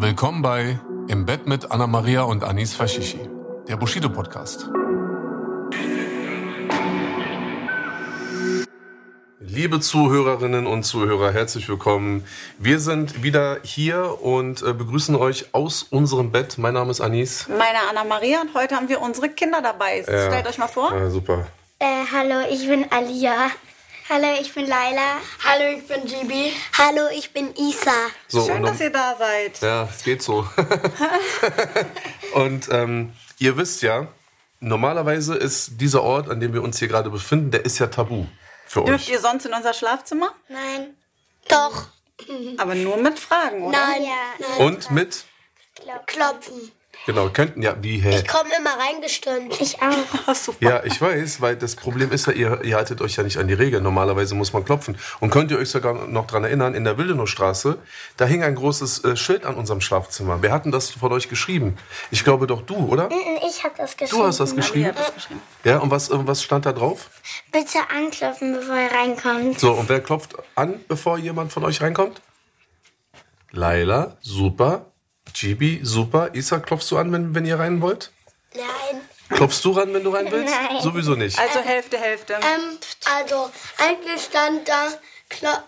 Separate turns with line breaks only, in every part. Willkommen bei Im Bett mit Anna-Maria und Anis Fashishi, der Bushido-Podcast. Liebe Zuhörerinnen und Zuhörer, herzlich willkommen. Wir sind wieder hier und äh, begrüßen euch aus unserem Bett. Mein Name ist Anis.
Meine Anna-Maria und heute haben wir unsere Kinder dabei. Stellt euch mal vor.
Ah, super.
Äh, hallo, ich bin Alia. Hallo, ich bin Laila.
Hallo, ich bin Gibi.
Hallo, ich bin Isa.
So,
Schön,
und
dass ihr da seid.
Ja, es geht so. und ähm, ihr wisst ja, normalerweise ist dieser Ort, an dem wir uns hier gerade befinden, der ist ja tabu für
Dürft
euch.
ihr sonst in unser Schlafzimmer?
Nein. Doch.
Aber nur mit Fragen, oder?
Nein,
Ja,
Und mit,
klopfen.
genau, könnten ja, wie, hä?
Ich komme immer reingestürmt.
ich auch.
Ach, super.
Ja, ich weiß, weil das Problem ist ja, ihr, ihr haltet euch ja nicht an die Regeln. Normalerweise muss man klopfen. Und könnt ihr euch sogar noch dran erinnern, in der Wildenowstraße, da hing ein großes äh, Schild an unserem Schlafzimmer. Wer hat denn das von euch geschrieben? Ich glaube doch du, oder?
Ich habe das geschrieben.
Du hast das geschrieben.
hat das geschrieben.
Ja, und was, äh, was stand da drauf?
Bitte anklopfen, bevor ihr reinkommt.
So, und wer klopft an, bevor jemand von euch reinkommt? Laila, super. Gibi, super. Isa, klopfst du an, wenn, wenn ihr rein wollt?
Nein.
Klopfst du ran, wenn du rein willst?
Nein.
Sowieso nicht.
Also Hälfte, Hälfte.
Ähm, also, eigentlich stand da, klop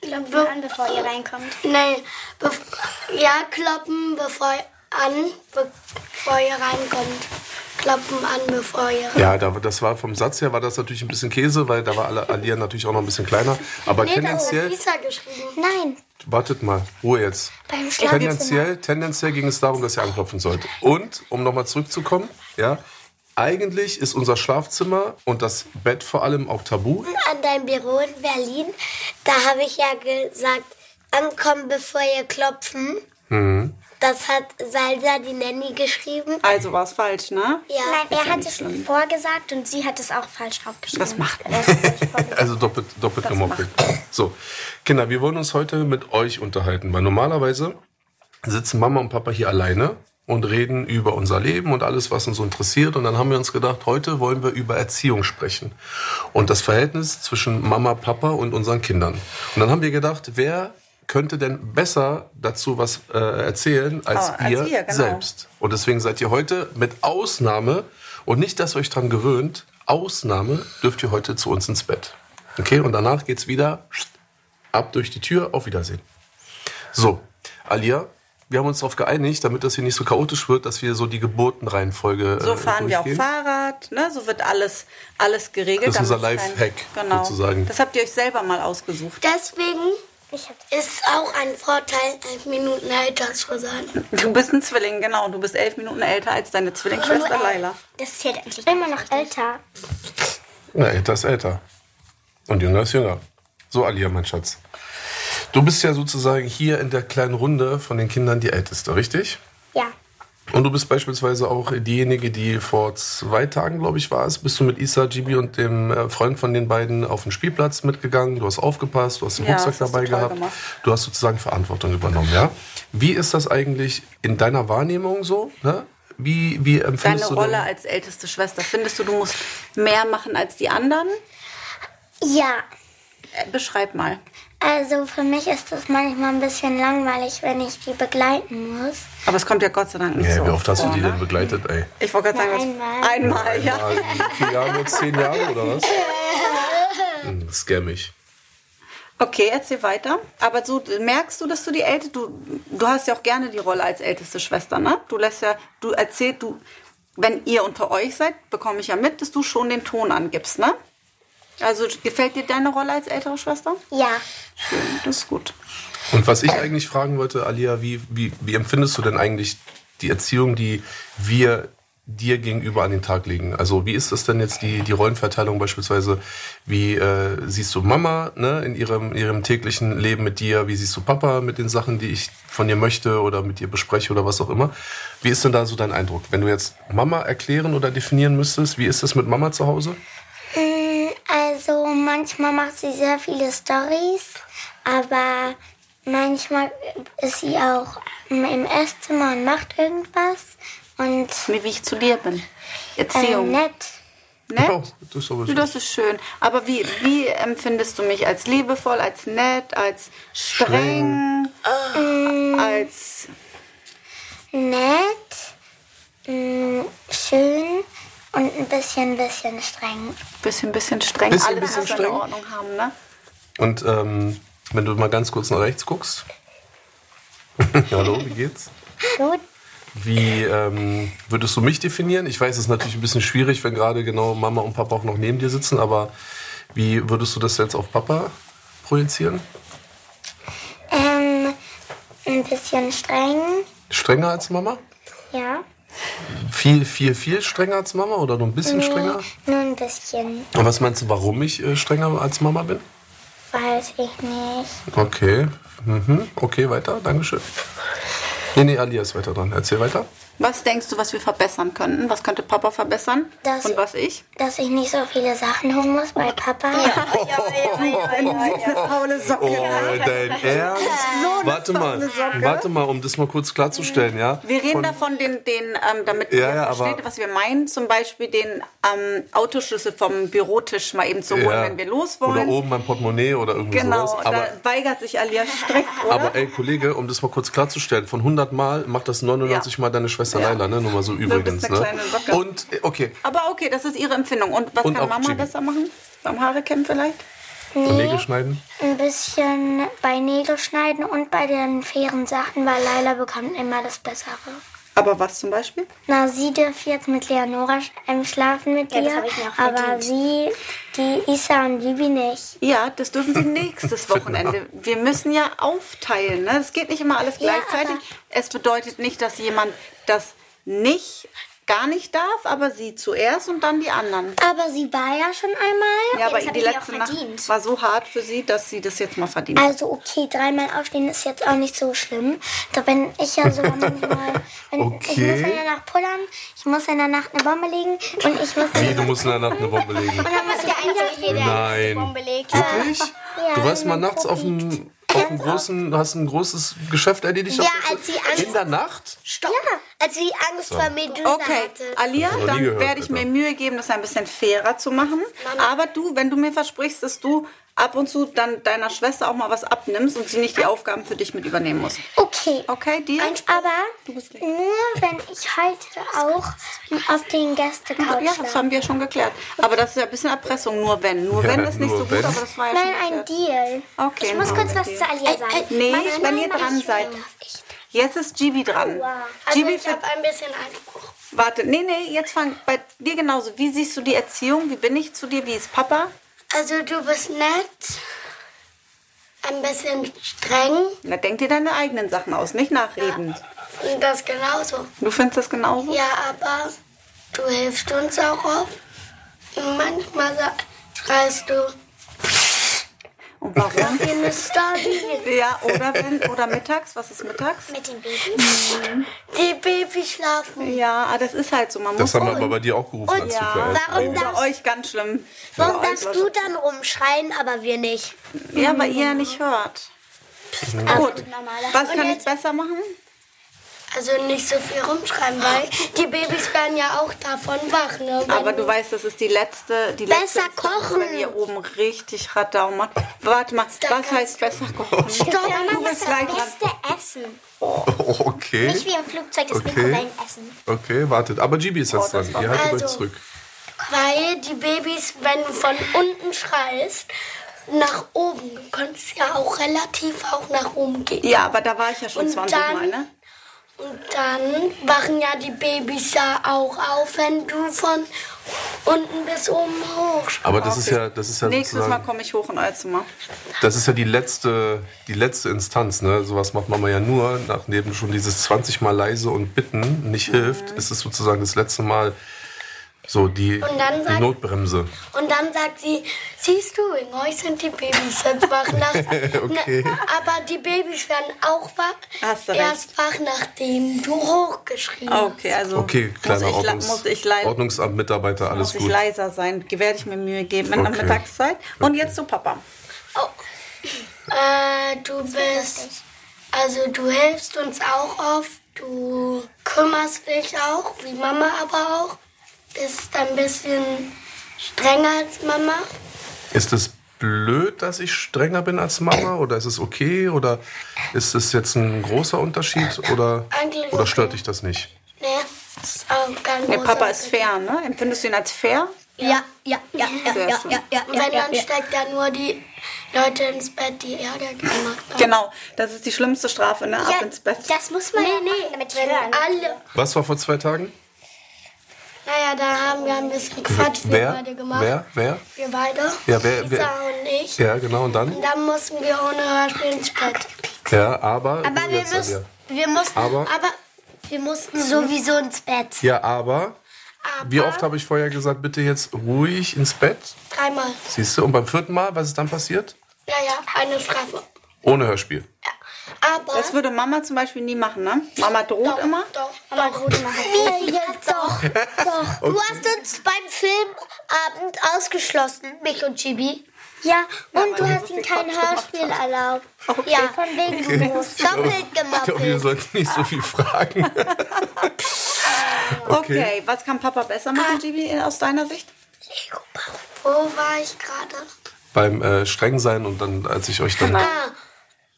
Klopfen an, bevor ihr reinkommt.
nee, bef ja, kloppen, bevor ihr an, bevor ihr reinkommt. Kloppen an, bevor ihr
Ja, da, das war vom Satz her war das natürlich ein bisschen Käse, weil da war alle Alia natürlich auch noch ein bisschen kleiner. Aber
Nee, das hat
tendenziell,
Lisa geschrieben.
Nein.
wartet mal, Ruhe jetzt.
Beim Schlafzimmer.
Tendenziell, tendenziell ging es darum, dass ihr anklopfen sollt. Und um nochmal zurückzukommen, ja, eigentlich ist unser Schlafzimmer und das Bett vor allem auch tabu.
An deinem Büro in Berlin, da habe ich ja gesagt, ankommen, bevor ihr klopfen.
Mhm.
Das hat Salsa, die Nanny, geschrieben.
Also war es falsch, ne?
Ja.
Nein, er hat
nicht
es
schlimm.
vorgesagt und sie hat es auch falsch
Das
aufgeschrieben.
macht
Das ist nicht vorgesagt.
Also doppelt, doppelt gemoppelt. So, Kinder, wir wollen uns heute mit euch unterhalten, weil normalerweise sitzen Mama und Papa hier alleine und reden über unser Leben und alles, was uns so interessiert. Und dann haben wir uns gedacht, heute wollen wir über Erziehung sprechen und das Verhältnis zwischen Mama, Papa und unseren Kindern. Und dann haben wir gedacht, wer könnte denn besser dazu was äh, erzählen als,
Ah, als
ihr,
ihr, genau.
selbst. Und deswegen seid ihr heute mit Ausnahme, und nicht, dass ihr euch dran gewöhnt, Ausnahme dürft ihr heute zu uns ins Bett. Okay, und danach geht's wieder ab durch die Tür, auf Wiedersehen. So, Alia, wir haben uns darauf geeinigt, damit das hier nicht so chaotisch wird, dass wir so die Geburtenreihenfolge äh,
So fahren wir auf
durchgehen.
Fahrrad, ne? so wird alles, alles geregelt.
Das ist unser
damit es kein-
Lifehack,
genau.
sozusagen.
Das habt ihr euch selber mal ausgesucht.
Deswegen
Ich hab-
ist auch ein Vorteil, elf Minuten älter zu sein.
Du bist ein Zwilling, genau. Und du bist elf Minuten älter als deine Zwillingsschwester
Nur elf.
Laila.
Das zählt endlich. Immer noch älter.
Na, älter ist älter. Und jünger ist jünger. So, Alia, mein Schatz. Du bist ja sozusagen hier in der kleinen Runde von den Kindern die Älteste, richtig?
Ja.
Und du bist beispielsweise auch diejenige, die vor zwei Tagen, glaube ich, war es, bist du mit Isa, Gibi und dem äh, Freund von den beiden auf den Spielplatz mitgegangen. Du hast aufgepasst, du hast den
Ja,
Rucksack
das hast du
dabei
toll
gehabt.
gemacht.
Du hast sozusagen Verantwortung übernommen, ja? Wie ist das eigentlich in deiner Wahrnehmung so? Ne? Wie, wie
Deine
empfindest du
Rolle
denn-
als älteste Schwester. Findest du, du musst mehr machen als die anderen?
Ja.
Äh, Beschreib mal.
Also für mich ist das manchmal ein bisschen langweilig, wenn ich die begleiten muss.
Aber es kommt ja Gott sei Dank nicht so.
Ja, wie oft hast du
vor,
die
ne?
denn begleitet, ey?
Ich wollte gerade sagen,
Einmal.
was- einmal, ja.
Mal in vier Jahren jetzt zehn Jahre oder was? Hm, Scammig.
Okay, erzähl weiter. Aber so merkst du, dass du die älteste, du, du hast ja auch gerne die Rolle als älteste Schwester, ne? Du lässt ja, du erzählst, du, wenn ihr unter euch seid, bekomme ich ja mit, dass du schon den Ton angibst, ne? Also gefällt dir deine Rolle als ältere Schwester?
Ja.
Schön, das ist gut.
Und was ich eigentlich fragen wollte, Alia, wie, wie, wie empfindest du denn eigentlich die Erziehung, die wir dir gegenüber an den Tag legen? Also wie ist das denn jetzt die, die Rollenverteilung beispielsweise? Wie äh, siehst du Mama ne, in ihrem, ihrem täglichen Leben mit dir? Wie siehst du Papa mit den Sachen, die ich von dir möchte oder mit dir bespreche oder was auch immer? Wie ist denn da so dein Eindruck? Wenn du jetzt Mama erklären oder definieren müsstest, wie ist das mit Mama zu Hause?
Mm, Also manchmal macht sie sehr viele Stories, aber manchmal ist sie auch ähm, im Esszimmer und macht irgendwas und
Wie wie ich zu dir bin.
äh,
ne?
Erziehung.
nett.
Nett?
Oh, das ist aber
Ja, Ne? Das ist schön. Aber wie, wie empfindest du mich? Als liebevoll, als nett, als streng,
Ah.
als
Nett, mm, schön und ein bisschen, bisschen streng.
bisschen, bisschen streng.
Bisschen,
Alles
bisschen
muss
streng.
in Ordnung haben, ne?
Und ähm, wenn du mal ganz kurz nach rechts guckst. Hallo, wie geht's?
Gut.
Wie ähm, würdest du mich definieren? Ich weiß, es ist natürlich ein bisschen schwierig, wenn gerade genau Mama und Papa auch noch neben dir sitzen, aber wie würdest du das jetzt auf Papa projizieren?
Ähm, ein bisschen streng,
Strenger als Mama?
ja.
Viel, viel, viel strenger als Mama oder nur ein bisschen strenger?
Nur ein bisschen,
Und was meinst du, warum ich äh, strenger als Mama bin?
weiß ich nicht.
Okay, mhm. okay, weiter, Dankeschön. Nee, nee, Alia ist weiter dran. Erzähl weiter.
Was denkst du, was wir verbessern könnten? Was könnte Papa verbessern?
Das-
Und was ich?
Dass ich nicht so viele Sachen holen muss bei Papa.
Oh. Eine faule Socke.
Oh, dein Ernst? warte mal, warte mal, um das mal kurz klarzustellen, ja?
Wir reden
Von-
davon, den, den, ähm, damit
Ja,
ihr
ja,
versteht,
aber-
was wir meinen. Zum Beispiel den ähm, Autoschlüssel vom Bürotisch mal eben zu holen,
Ja.
wenn wir los wollen.
Oder oben mein Portemonnaie oder irgendwie
Genau,
sowas.
da
Aber,
weigert sich Alia strikt, oder?
aber ey, Kollege, um das mal kurz klarzustellen, von 100 Mal macht das 99
Ja.
Mal deine Schwester
Ja.
Leila, ne? Nur mal so übrigens,
eine
ne?
kleine Socke.
Und, äh, okay,
Aber okay, das ist ihre Empfindung. Und was
Und
kann
auch
Mama
Jiggy.
besser machen? Beim Haare kämmen vielleicht?
Nägel schneiden.
Ein bisschen bei Nägel schneiden und bei den fairen Sachen, weil Laila bekommt immer das Bessere.
Aber was zum Beispiel?
Na, sie darf jetzt mit Leonora sch- ähm, schlafen mit
Ja, das
ihr,
hab ich mir auch
aber
verdient.
sie, die Isa und Bibi nicht.
Ja, das dürfen sie nächstes Wochenende. Wir müssen ja aufteilen. Ne? Es geht nicht immer alles
Ja,
gleichzeitig.
aber-
Es bedeutet nicht, dass jemand das nicht, gar nicht darf, aber sie zuerst und dann die anderen.
Aber sie war ja schon einmal.
Ja, aber
das hab
die
ich mir
letzte
auch
Nacht
verdient.
war so hart für sie, dass sie das jetzt mal verdient. hat.
Also okay, dreimal aufstehen ist jetzt auch nicht so schlimm. Da bin ich ja so manchmal. Wenn, Ich
Okay.
muss in der Nacht pullern, ich muss in der Nacht eine Bombe legen und ich muss.
Nee, du musst in der Nacht eine Bombe legen.
und dann muss ich wieder
Nein. Wirklich? Du warst mal nachts auf dem, auf dem großen, hast ein großes Geschäft erledigt.
Ja,
auf-
als sie Angst-
In der Nacht?
Stopp. Als sie Angst vor Medusa
Okay,
hatte.
Alia,
noch nie
dann
gehört,
werde ich mir
Alter.
Mühe geben, das ein bisschen fairer zu machen. Aber du, wenn du mir versprichst, dass du ab und zu dann deiner Schwester auch mal was abnimmst und sie nicht
Ah.
die Aufgaben für dich mit übernehmen muss.
Okay.
Okay, Deal?
Aber
bist gleich-
nur wenn ich
halt
heute auch auf den Gästecouch
Ja, das
schlafe.
haben wir schon geklärt. Aber das ist ja ein bisschen Erpressung, nur wenn. Nur
Ja,
wenn ist nicht
nur
so gut,
wenn.
aber das war ja
Nein,
schon
ein
geklärt.
Deal.
Okay. Äh,
Ich muss kurz was zu Alia sagen.
Nee,
Nein,
wenn
nein,
ihr
mach
dran
ich
seid.
nicht.
Jetzt ist Gibi dran.
Also
Gibi,
ich habe ein bisschen Einspruch.
warte. Nee, nee, jetzt fang bei dir genauso. Wie siehst du die Erziehung? Wie bin ich zu dir? Wie ist Papa?
Also du bist nett, ein bisschen streng
Na, denk dir deine eigenen Sachen aus, nicht nachreden.
und das genauso.
Du findest das genauso?
Ja, aber du hilfst uns auch oft. Und manchmal sa- schreist du
Und warum?
dir eine Story.
ja, oder wenn, oder mittags, was ist mittags?
Mit dem Baby.
Die Baby schlafen.
Ja, ah, das ist halt so, man
Das
muss
haben wir aber bei dir auch gerufen, als du
ja,
verärgert
warum
warum
bei
darfst-
euch ganz schlimm.
Warum
Bei euch
darfst
war
du dann rumschreien, aber wir nicht?
das- Ja, weil ihr ja nicht hört.
Mhm.
Gut, was kann ich besser machen?
Also nicht so viel rumschreien, weil die Babys werden ja auch davon wach. Ne? Wenn
Aber du weißt, das ist die letzte, die letzte
Besser
Instanz,
kochen.
wenn ihr oben richtig Radau macht. Warte mal, was
kannst
heißt besser kochen? Du bist gleich dran.
Essen.
Oh, okay.
Nicht wie im Flugzeug das
Okay.
Mikrowellenessen.
Okay, wartet. Aber Gibi ist
Oh,
jetzt dran. Ihr haltet
Also.
euch zurück.
Weil die Babys, wenn du von unten schreist, nach oben, du könntest ja auch relativ auch nach oben gehen.
Ja, aber da war ich ja schon
Und
20 Mal,
dann-
ne?
Und dann wachen ja die Babys ja auch auf, wenn du von unten bis oben hoch.
Aber das ist ja, das ist ja
Nächstes Mal
sozusagen,
komme ich hoch in euer Zimmer.
das ist ja die letzte, die letzte Instanz. Ne? Sowas macht Mama ja nur, nachdem schon dieses 20 Mal leise und bitten nicht hilft,
Mhm.
ist es sozusagen das letzte Mal so die,
Und dann
die
sagt-
Notbremse.
Und dann sagt sie, siehst du, in euch sind die Babys jetzt wach nach.
Okay.
Na, aber die Babys werden auch wach.
Hast du recht.
erst wach, nachdem du hochgeschrien hast.
Okay, also
Okay,
muss,
kleiner
ich, la-
Ordnungs
muss ich leider
Ordnungsamt-Mitarbeiter, alles
muss ich
gut.
leiser sein. Werde ich mir Mühe geben in der
Okay.
Mittagszeit. Und jetzt zu Papa.
Oh. Äh, du bist, also du hilfst uns auch oft, du kümmerst dich auch, wie Mama aber auch. Bist ein bisschen strenger als Mama.
Ist es blöd, dass ich strenger bin als Mama oder ist es okay oder ist es jetzt ein großer Unterschied oder,
Eigentlich
oder
okay.
stört dich das nicht?
Ne? Ist auch ganz
Nee, Papa ist fair, ne? Empfindest du ihn als fair?
Ja, ja, ja, ja,
Sehr
ja,
schön.
ja, ja,
Und
ja,
wenn,
ja,
dann
ja.
steigt ja nur die Leute ins Bett, die Ärger gemacht haben.
Genau, das ist die schlimmste Strafe, ne? Ab ins Bett.
Das muss man ja machen, damit ich hören.
Alle.
Was war vor zwei Tagen?
Naja, da haben wir ein bisschen Quatsch wir
wer?
beide gemacht.
Wer? Wer?
Wir beide.
Ja, wer-
Lisa
wer-
und ich.
Ja, genau, und dann?
Und dann mussten wir ohne Hörspiel ins Bett.
Ja, aber.
Aber wir
Jetzt seid
müssen,
ihr.
wir mussten,
Aber-
aber wir mussten sowieso ins Bett.
Ja, aber. Wie oft habe ich vorher gesagt, bitte jetzt ruhig ins Bett?
Dreimal.
Siehst du, und beim vierten Mal, was ist dann passiert?
Naja, eine Strafe.
Ohne Hörspiel.
Ja. Aber.
Das würde Mama zum Beispiel nie machen, ne? Mama droht
doch,
immer.
Doch, aber doch.
doch, doch. Du hast uns beim Filmabend ausgeschlossen, mich und Chibi.
Ja,
weil
und
du
du
so
hast
viel
ihm kein
Quatsch gemacht
Hörspiel erlaubt.
Ja,
Von wegen du musst.
doppelt
Ich glaube, wir
gemoppelt.
sollten nicht so viel fragen.
Okay. was kann Papa besser
Ah.
machen, Gibi, aus deiner Sicht?
Wo war ich gerade?
Beim äh, streng sein und dann, als ich euch dann.
Ah,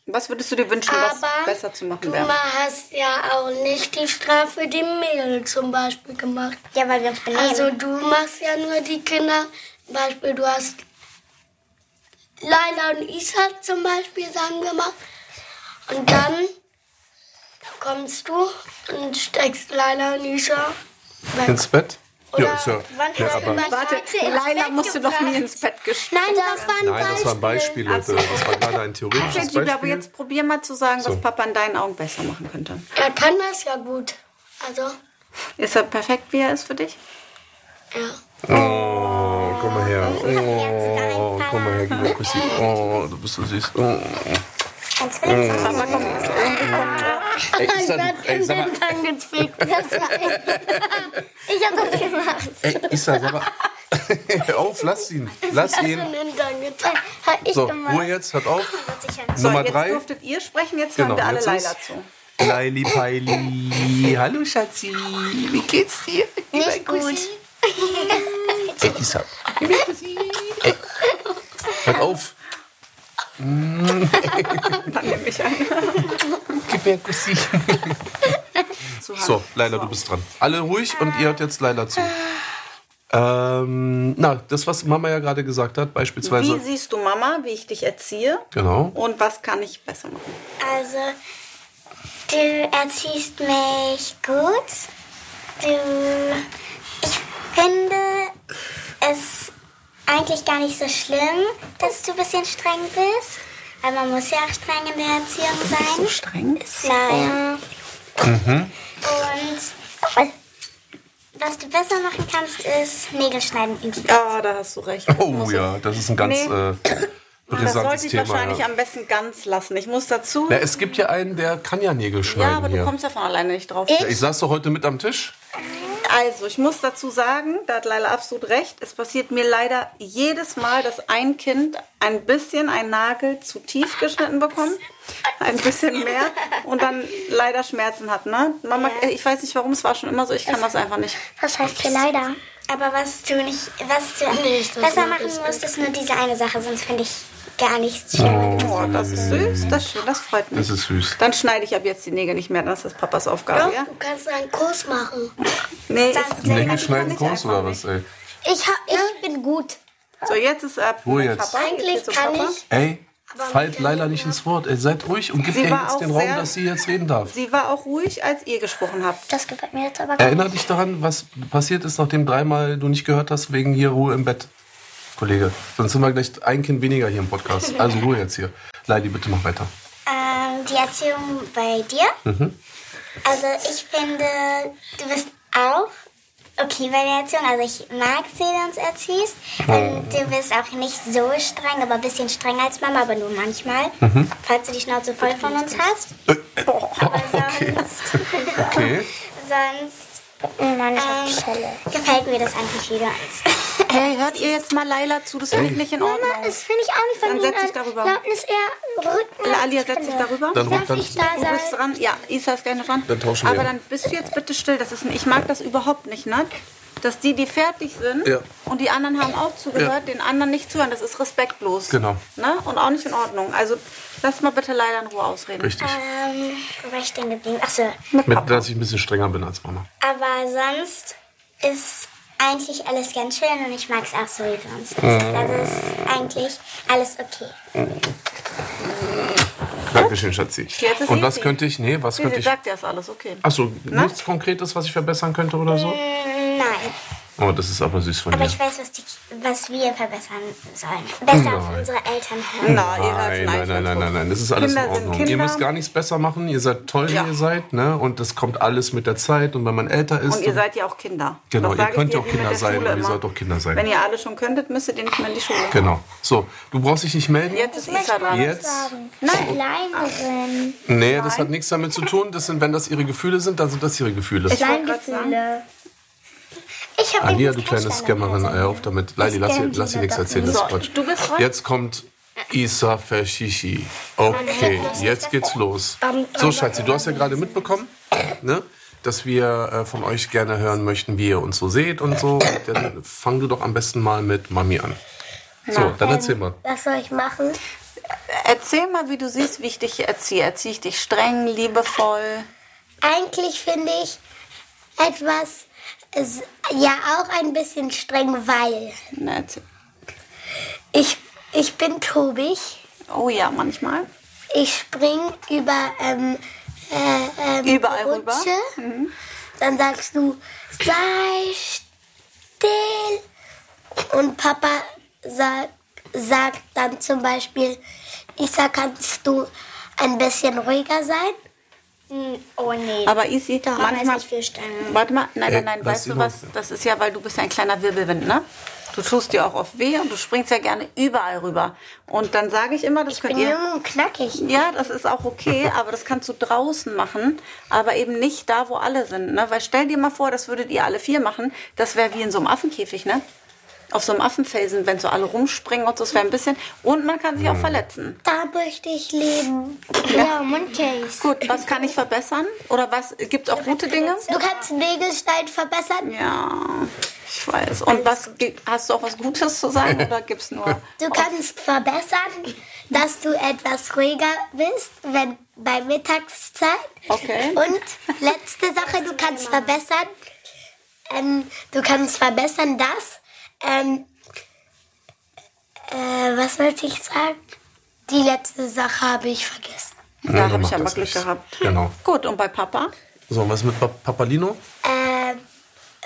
Was würdest du dir wünschen, was
aber
Um besser zu machen
du
wäre?
hast ja auch nicht die Strafe dem Mädel zum Beispiel gemacht.
Ja, weil wir uns
Also du machst ja nur die Kinder, zum Beispiel du hast Laila und Isaac zum Beispiel Sachen gemacht und dann kommst du und steckst Laila und Isaac weg.
Ins Bett?
Oder
wann
ja,
hast du
aber,
mal-
Warte,
Scheiße, ins
Leila
Bett
musste doch nie ins Bett geschlafen.
Nein, das war ein
nein, das war ein Beispiel, Leute. Das war gerade ein
Okay,
theoretisches
Gibi, aber
Beispiel.
jetzt probier mal zu sagen,
So.
was Papa in deinen Augen besser machen könnte.
Er kann das ja gut. Also,
Ist er perfekt, wie er ist für dich?
Oh, komm mal her. Oh, komm mal her, gib mir Kussi. Oh, du bist so süß. Oh.
Papa, komm jetzt. Irgendwie kommt er.
Ey,
ich
ist dann,
werde
ey,
in
sag mal,
den Tag gezwickt. Das war
ich hab das gemacht.
ey, ist dann, sag mal. auf, lass ihn. Lass ihn.
in den Tag gezwickt.
So, Ruhe jetzt, hört auf.
So,
Nummer
jetzt
drei.
durftet ihr sprechen, jetzt hören
Genau,
wir alle
jetzt
Leila
ist-
zu.
Leili Peili. Hallo Schatzi, wie geht's dir?
Nicht gut.
Ey, Isa. Ey. Hört auf.
Dann nehme ich ein.
Gib mir Kussi. So, Leila, du bist dran. Alle ruhig und ihr hört jetzt Leila zu. Ähm, na, das, was Mama ja gerade gesagt hat, beispielsweise.
Wie siehst du Mama, wie ich dich erziehe?
Genau.
Und was kann ich besser machen?
Also, du erziehst mich gut. Du, ich finde es eigentlich gar nicht so schlimm, dass du ein bisschen streng bist. Aber man muss ja auch streng in der Erziehung sein.
Streng?
Naja. Und was du besser machen kannst, ist Nägel schneiden.
Ja, Ah, da hast du recht.
Oh ja, das ist ein ganz
Nee.
äh,
Das
brisantes
sollte ich
Thema.
wahrscheinlich
Ja.
am besten ganz lassen. Ich muss dazu.
Na, es gibt ja einen, der kann ja Nägel schneiden
ja, aber du
hier.
kommst ja von alleine nicht drauf.
Ja, ich saß doch heute mit am Tisch.
Also, ich muss dazu sagen, da hat Leila absolut recht. Es passiert mir leider jedes Mal, dass ein Kind ein bisschen einen Nagel zu tief geschnitten bekommt. Ein bisschen mehr. Und dann leider Schmerzen hat, ne? Mama, ich weiß nicht warum, es war schon immer so. Ich kann das einfach nicht.
Das heißt hier leider. Aber was du nicht, was du besser machen musst, ist nur diese eine Sache, sonst finde ich gar nichts schlimm.
Oh, das ist süß. Das ist schön, das freut mich.
Das ist süß.
Dann schneide ich ab jetzt die Nägel nicht mehr. Das ist Papas Aufgabe, ja?
Du kannst einen Kurs machen.
Nee,
Sonst-
ich,
Nägel schneiden groß oder was, ey?
Ich, hab, ich bin gut.
so jetzt ist ab.
Wo jetzt?
Papa, jetzt
Eigentlich
geht's um
kann
Papa.
ich
Ey, Fallt Leila nicht ins Wort. Ey, seid ruhig und gebt
Sie
ihr
war
jetzt den
auch
Raum,
sehr-
dass sie jetzt reden darf.
Sie war auch ruhig, als ihr gesprochen habt.
Das gefällt mir jetzt aber gar
Erinner
nicht.
dich daran, was passiert ist, nachdem dreimal du nicht gehört hast, wegen hier Ruhe im Bett. Kollege, sonst sind wir gleich ein Kind weniger hier im Podcast. Also Ruhe jetzt hier. Leidi, bitte mach weiter.
Ähm, die Erziehung bei dir. Also ich finde, du bist auch okay bei der Erziehung. Also ich mag sie, wenn du uns erziehst. Ähm, du bist auch nicht so streng, aber ein bisschen strenger als Mama, aber nur manchmal, falls du die Schnauze voll von uns hast. Aber sonst,
Okay.
sonst
Mann, ich hab die Schelle.
ähm, gefällt mir das eigentlich wieder.
Hey, hört ihr jetzt mal Leila zu? Das finde ich nicht in Ordnung.
Mama, das finde ich auch nicht von
Dann
Ihnen
setz dich
an.
darüber.
Lauten ist eher Rücken.
Ah,
Alia, setz dich darüber.
Dann ruf
Darf
dann.
ich da
Du bist
sein?
dran. Ja, Isa ist gerne dran.
Dann tauschen wir.
Aber dann bist du jetzt bitte still. Das ist, ich mag das überhaupt nicht, ne? Dass die, die fertig sind
Ja.
und die anderen haben auch zugehört, den anderen nicht zuhören. Das ist respektlos.
Genau.
Ne? Und auch nicht in Ordnung. Also lass mal bitte leider in Ruhe ausreden.
Richtig.
Ähm, wo war ich denn geblieben? Achso,
Mit, dass ich ein bisschen strenger bin als Mama.
Aber sonst ist eigentlich alles ganz schön und ich mag es auch so wie du uns.
Mhm.
Also ist eigentlich alles okay.
Dankeschön, Schatzi.
Jetzt ist
Und was
easy.
könnte ich, nee, was
Sie,
könnte
sie
ich,
sagt ja, ist alles okay.
achso, nichts Konkretes, was ich verbessern könnte oder so?
Nein,
Oh, das ist aber süß von
aber
dir.
ich weiß, was, die, was wir verbessern sollen. Besser auf unsere Eltern hören.
Na, ihr hört
Nein,
schon
nein,
ein,
nein, nein, nein, nein, das ist alles
Kinder
in
sind
Ordnung.
Kinder.
Ihr müsst gar nichts besser machen, ihr seid toll, wie
Ja.
ihr seid, ne? Und das kommt alles mit der Zeit und wenn man älter ist.
Und ihr seid ja auch Kinder.
Genau,
Das
ihr
sage ich
könnt
dir,
auch
wie mit
Kinder
der
sein
Schule
und ihr
immer.
sollt auch Kinder sein.
Wenn ihr alle schon könntet, müsstet ihr nicht mehr in die Schule.
genau. So, du brauchst dich nicht melden.
Jetzt ist Isa dran.
Jetzt?
Nein, Leimerin.
Nee, das hat nichts damit zu tun. Das sind, wenn das ihre Gefühle sind, dann sind das ihre Gefühle.
Ich wollte gerade sagen,
Ich habe
Alia, du kleine Scammerin, ey, auf damit. Leili, lass ihr, lass ihr nichts erzählen, das ist
So,
Quatsch.
du bist dran.
Jetzt kommt Isa Fashishi. Okay, jetzt geht's los. So, Schatzi, du hast ja gerade mitbekommen, ne, dass wir äh, von euch gerne hören möchten, wie ihr uns so seht und so. Und Dann fang du doch am besten mal mit Mami an. So,
ähm,
dann erzähl mal.
Was soll ich machen?
Erzähl mal, wie du siehst, wie ich dich hier erziehe. Erziehe ich dich streng, liebevoll?
Eigentlich finde ich etwas, ist ja auch ein bisschen streng, weil
Na, erzähl.
ich, ich bin tobig.
Oh ja, manchmal.
Ich spring über ähm, äh, ähm,
Überall
Rutsche.
rüber. Mhm.
Dann sagst du, sei still. Und Papa sagt, sagt dann zum Beispiel, Isa, kannst du ein bisschen ruhiger sein?
Oh nee.
Aber Isi,
Da haben wir jetzt
manchmal.
nicht viel Steine.
Warte mal, nein,
Ey,
nein, nein,
lass
weißt
sie
du
noch.
was? Das ist ja, weil du bist ja ein kleiner Wirbelwind, ne? Du tust dir auch oft weh und du springst ja gerne überall rüber. Und dann sage ich immer, das könnt
Bin
ihr.
jung und knackig.
Ja, das ist auch okay, aber das kannst du draußen machen, aber eben nicht da, wo alle sind. Ne? Weil stell dir mal vor, das würdet ihr alle vier machen. Das wäre wie in so einem Affenkäfig, ne? Auf so einem Affenfelsen, wenn so alle rumspringen und so, das wäre ein bisschen. Und man kann sich auch verletzen.
Da möchte ich leben. Ja, Mundcase.
Gut, was kann ich verbessern? Oder was gibt es auch gute Dinge?
Du kannst Nägelstein verbessern.
Ja, ich weiß. Und was ge- hast du auch was Gutes zu sagen oder gibt's nur.
Du kannst verbessern, dass du etwas ruhiger bist, wenn bei Mittagszeit.
Okay.
Und letzte Sache, du kannst verbessern, ähm, du kannst verbessern, dass, ähm, äh, was wollte ich sagen? Die letzte Sache habe ich vergessen.
Ja,
Da
dann
habe ich
mach
aber
das
Glück
nicht.
gehabt.
Genau.
Gut, und bei Papa?
So, was mit Pa- Papalino?
Ähm,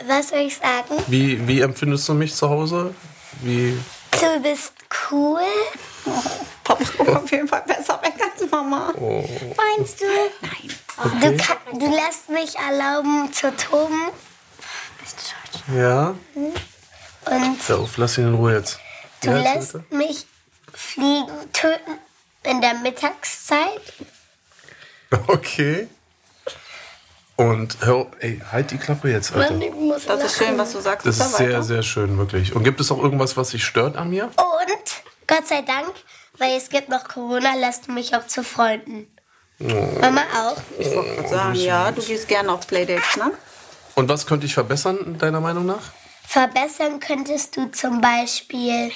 was soll ich sagen?
Wie, wie empfindest du mich zu Hause? Wie,
Du bist cool,
Papa kommt auf jeden Fall besser weg als Mama.
Oh.
meinst du?
Nein.
Du, kann, du lässt mich erlauben zu toben
ja?
und
Hör auf, lass ihn in Ruhe jetzt.
Du
Ja, jetzt
lässt
bitte.
mich fliegen töten in der Mittagszeit.
Okay. Und hör, ey, halt die Klappe jetzt, Alter.
muss
Das ist schön, was du sagst. ne?
Das
Ist da
ist sehr,
weiter?
sehr schön, wirklich. Und gibt es auch irgendwas, was dich stört an mir?
Und Gott sei Dank, weil es gibt noch Corona, lässt du mich auch zu Freunden. Mama auch.
Ich würde sagen, ja, du gehst gerne auf Playdates, ne?
Und was könnte ich verbessern, deiner Meinung nach?
Verbessern könntest du zum Beispiel,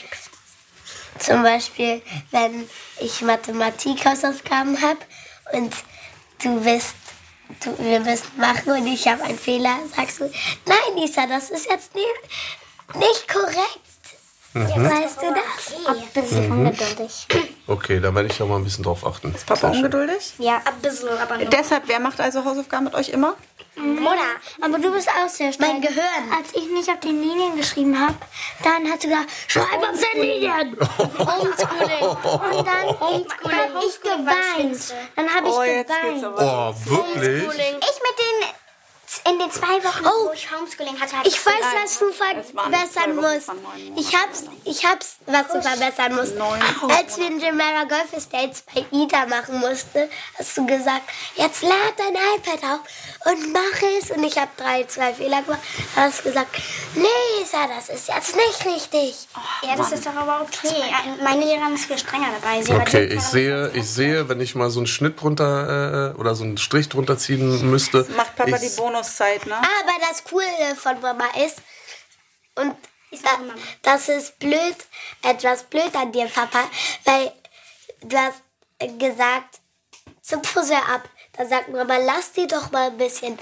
zum Beispiel, wenn ich Mathematik-Hausaufgaben habe und du bist, du, wir müssen machen und ich habe einen Fehler, sagst du, nein, Lisa, das ist jetzt nicht, nicht korrekt. Weißt du das?
Bisschen ungeduldig.
Okay, da werde ich ja mal ein bisschen drauf achten.
Ist Papa ungeduldig?
Ja.
Ein bisschen, aber nur.
Deshalb, wer macht also Hausaufgaben mit euch immer?
Mona, aber du bist auch sehr stark.
Mein Gehirn.
Als ich nicht auf den Linien geschrieben habe, dann hat sogar schreib auf den Linien.
Homeschooling.
Und dann
Homeschooling.
habe ich
Homeschooling, was findest
geweint.
du?
Dann habe ich
Oh, jetzt geht's
geweint.
aber.
Oh, wirklich?
Homeschooling.
Ich mit den in den zwei Wochen, wo ich Homeschooling hatte,
Oh. Ich weiß, was du verbessern
Wochen
musst.
von neun Monaten.
Ich hab's, ich hab's, was du verbessern musst.
Neun
Als wir in Gemara Golf Estates bei Ida machen mussten, hast du gesagt, jetzt lad dein iPad auf und mach es. Und ich habe drei, zwei Fehler gemacht. Da hast du gesagt, Lisa, das ist jetzt nicht richtig.
Ja, das ist doch aber okay. Äh, Meine Lehrerin ist viel strenger dabei. Sie
Okay,
überlegt
ich
gerade,
sehe, ich sehe, wenn ich mal so einen Schnitt drunter äh, oder so einen Strich drunter ziehen müsste.
Macht Papa
ich,
die Bonuszeit, ne?
Aber das Coole von Mama ist, und da, das ist blöd, etwas blöd an dir, Papa, weil du hast gesagt, zum Friseur ab. Dann sagt Mama, lass die doch mal ein bisschen.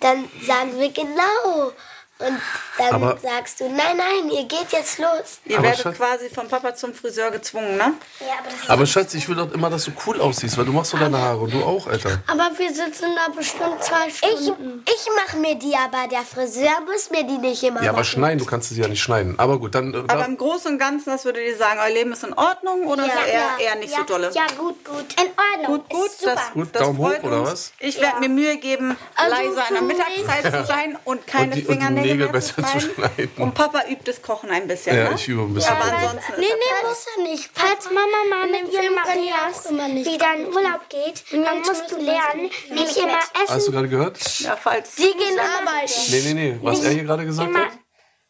Dann sagen wir genau. Und dann
Aber-
sagst du, nein, nein, ihr geht jetzt los.
Ihr
Aber
werdet
Schatz-
quasi von Papa zum Friseur gezwungen, ne?
Ja, aber das ist
Aber Schatz, ich will doch immer, dass du cool aussiehst, weil du machst so deine Haare und du auch, Alter.
Aber wir sitzen da bestimmt zwei
Ich,
Stunden.
ich mache mir die, aber der Friseur muss mir die nicht immer
Ja, aber
machen.
schneiden, du kannst sie ja nicht schneiden. Aber gut, dann. äh,
Aber
da,
im Großen und Ganzen, das würde dir sagen, euer Leben ist in Ordnung oder ist eher, eher nicht so dolle?
Ja, gut, gut. In Ordnung.
Gut, gut,
ist super.
das,
Gut,
das
Daumen hoch,
freut
oder
uns.
was?
Ich werde mir Mühe geben,
Also
leise in der Mittagszeit zu sein und keine
Und die- und die
Fingernägel
Nägel
mehr zu
besser zu
schneiden.
schneiden.
Und Papa übt das Kochen ein bisschen,
ja,
ne?
ich übe ein bisschen.
Aber ansonsten ist
Nee,
er
nee, muss er nicht.
Falls Mama mal mit dir
Film kann ich
Marias
auch immer nicht
wieder in Urlaub geht, dann musst du lernen, nicht immer
Hast du
essen,
gerade gehört?
ja, falls.
Die gehen arbeiten.
Nee, nee, nee. Was er hier gerade gesagt
immer
hat?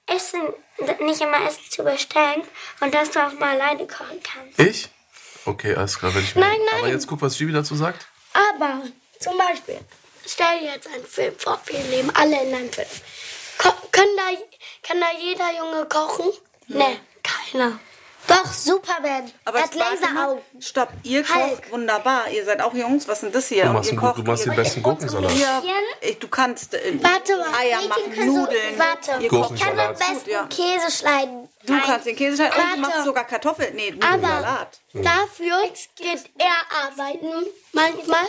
essen, nicht immer essen zu bestellen und dass du auch mal alleine kochen kannst.
Ich? Okay, alles klar, wenn ich mir.
Nein, nein.
Aber jetzt guck, was Gibi dazu sagt.
Aber zum Beispiel, stell dir jetzt einen Film vor, wir leben alle in einem Film. Ko können da, kann da jeder Junge kochen? Nee, keiner.
Doch, Superman.
Hm. Aber
er
es
hat Halt.
war immer-
Laseraugen.
Stopp, ihr kocht wunderbar. Ihr seid auch Jungs, was sind das hier?
Du machst,
ihr
einen, gut- du machst den
ihr-
besten Gurkensalat.
Ja, ich- du kannst äh,
Warte mal,
Eier
Mädchen
machen,
können so-
Nudeln.
warte.
ihr kocht
Ich kann am
Salat.
besten
ja.
Käse schneiden.
Du kannst den Käse schneiden und du
Warte.
machst sogar Kartoffeln. Nee, Nudeln, Salat.
Dafür geht er arbeiten, manchmal.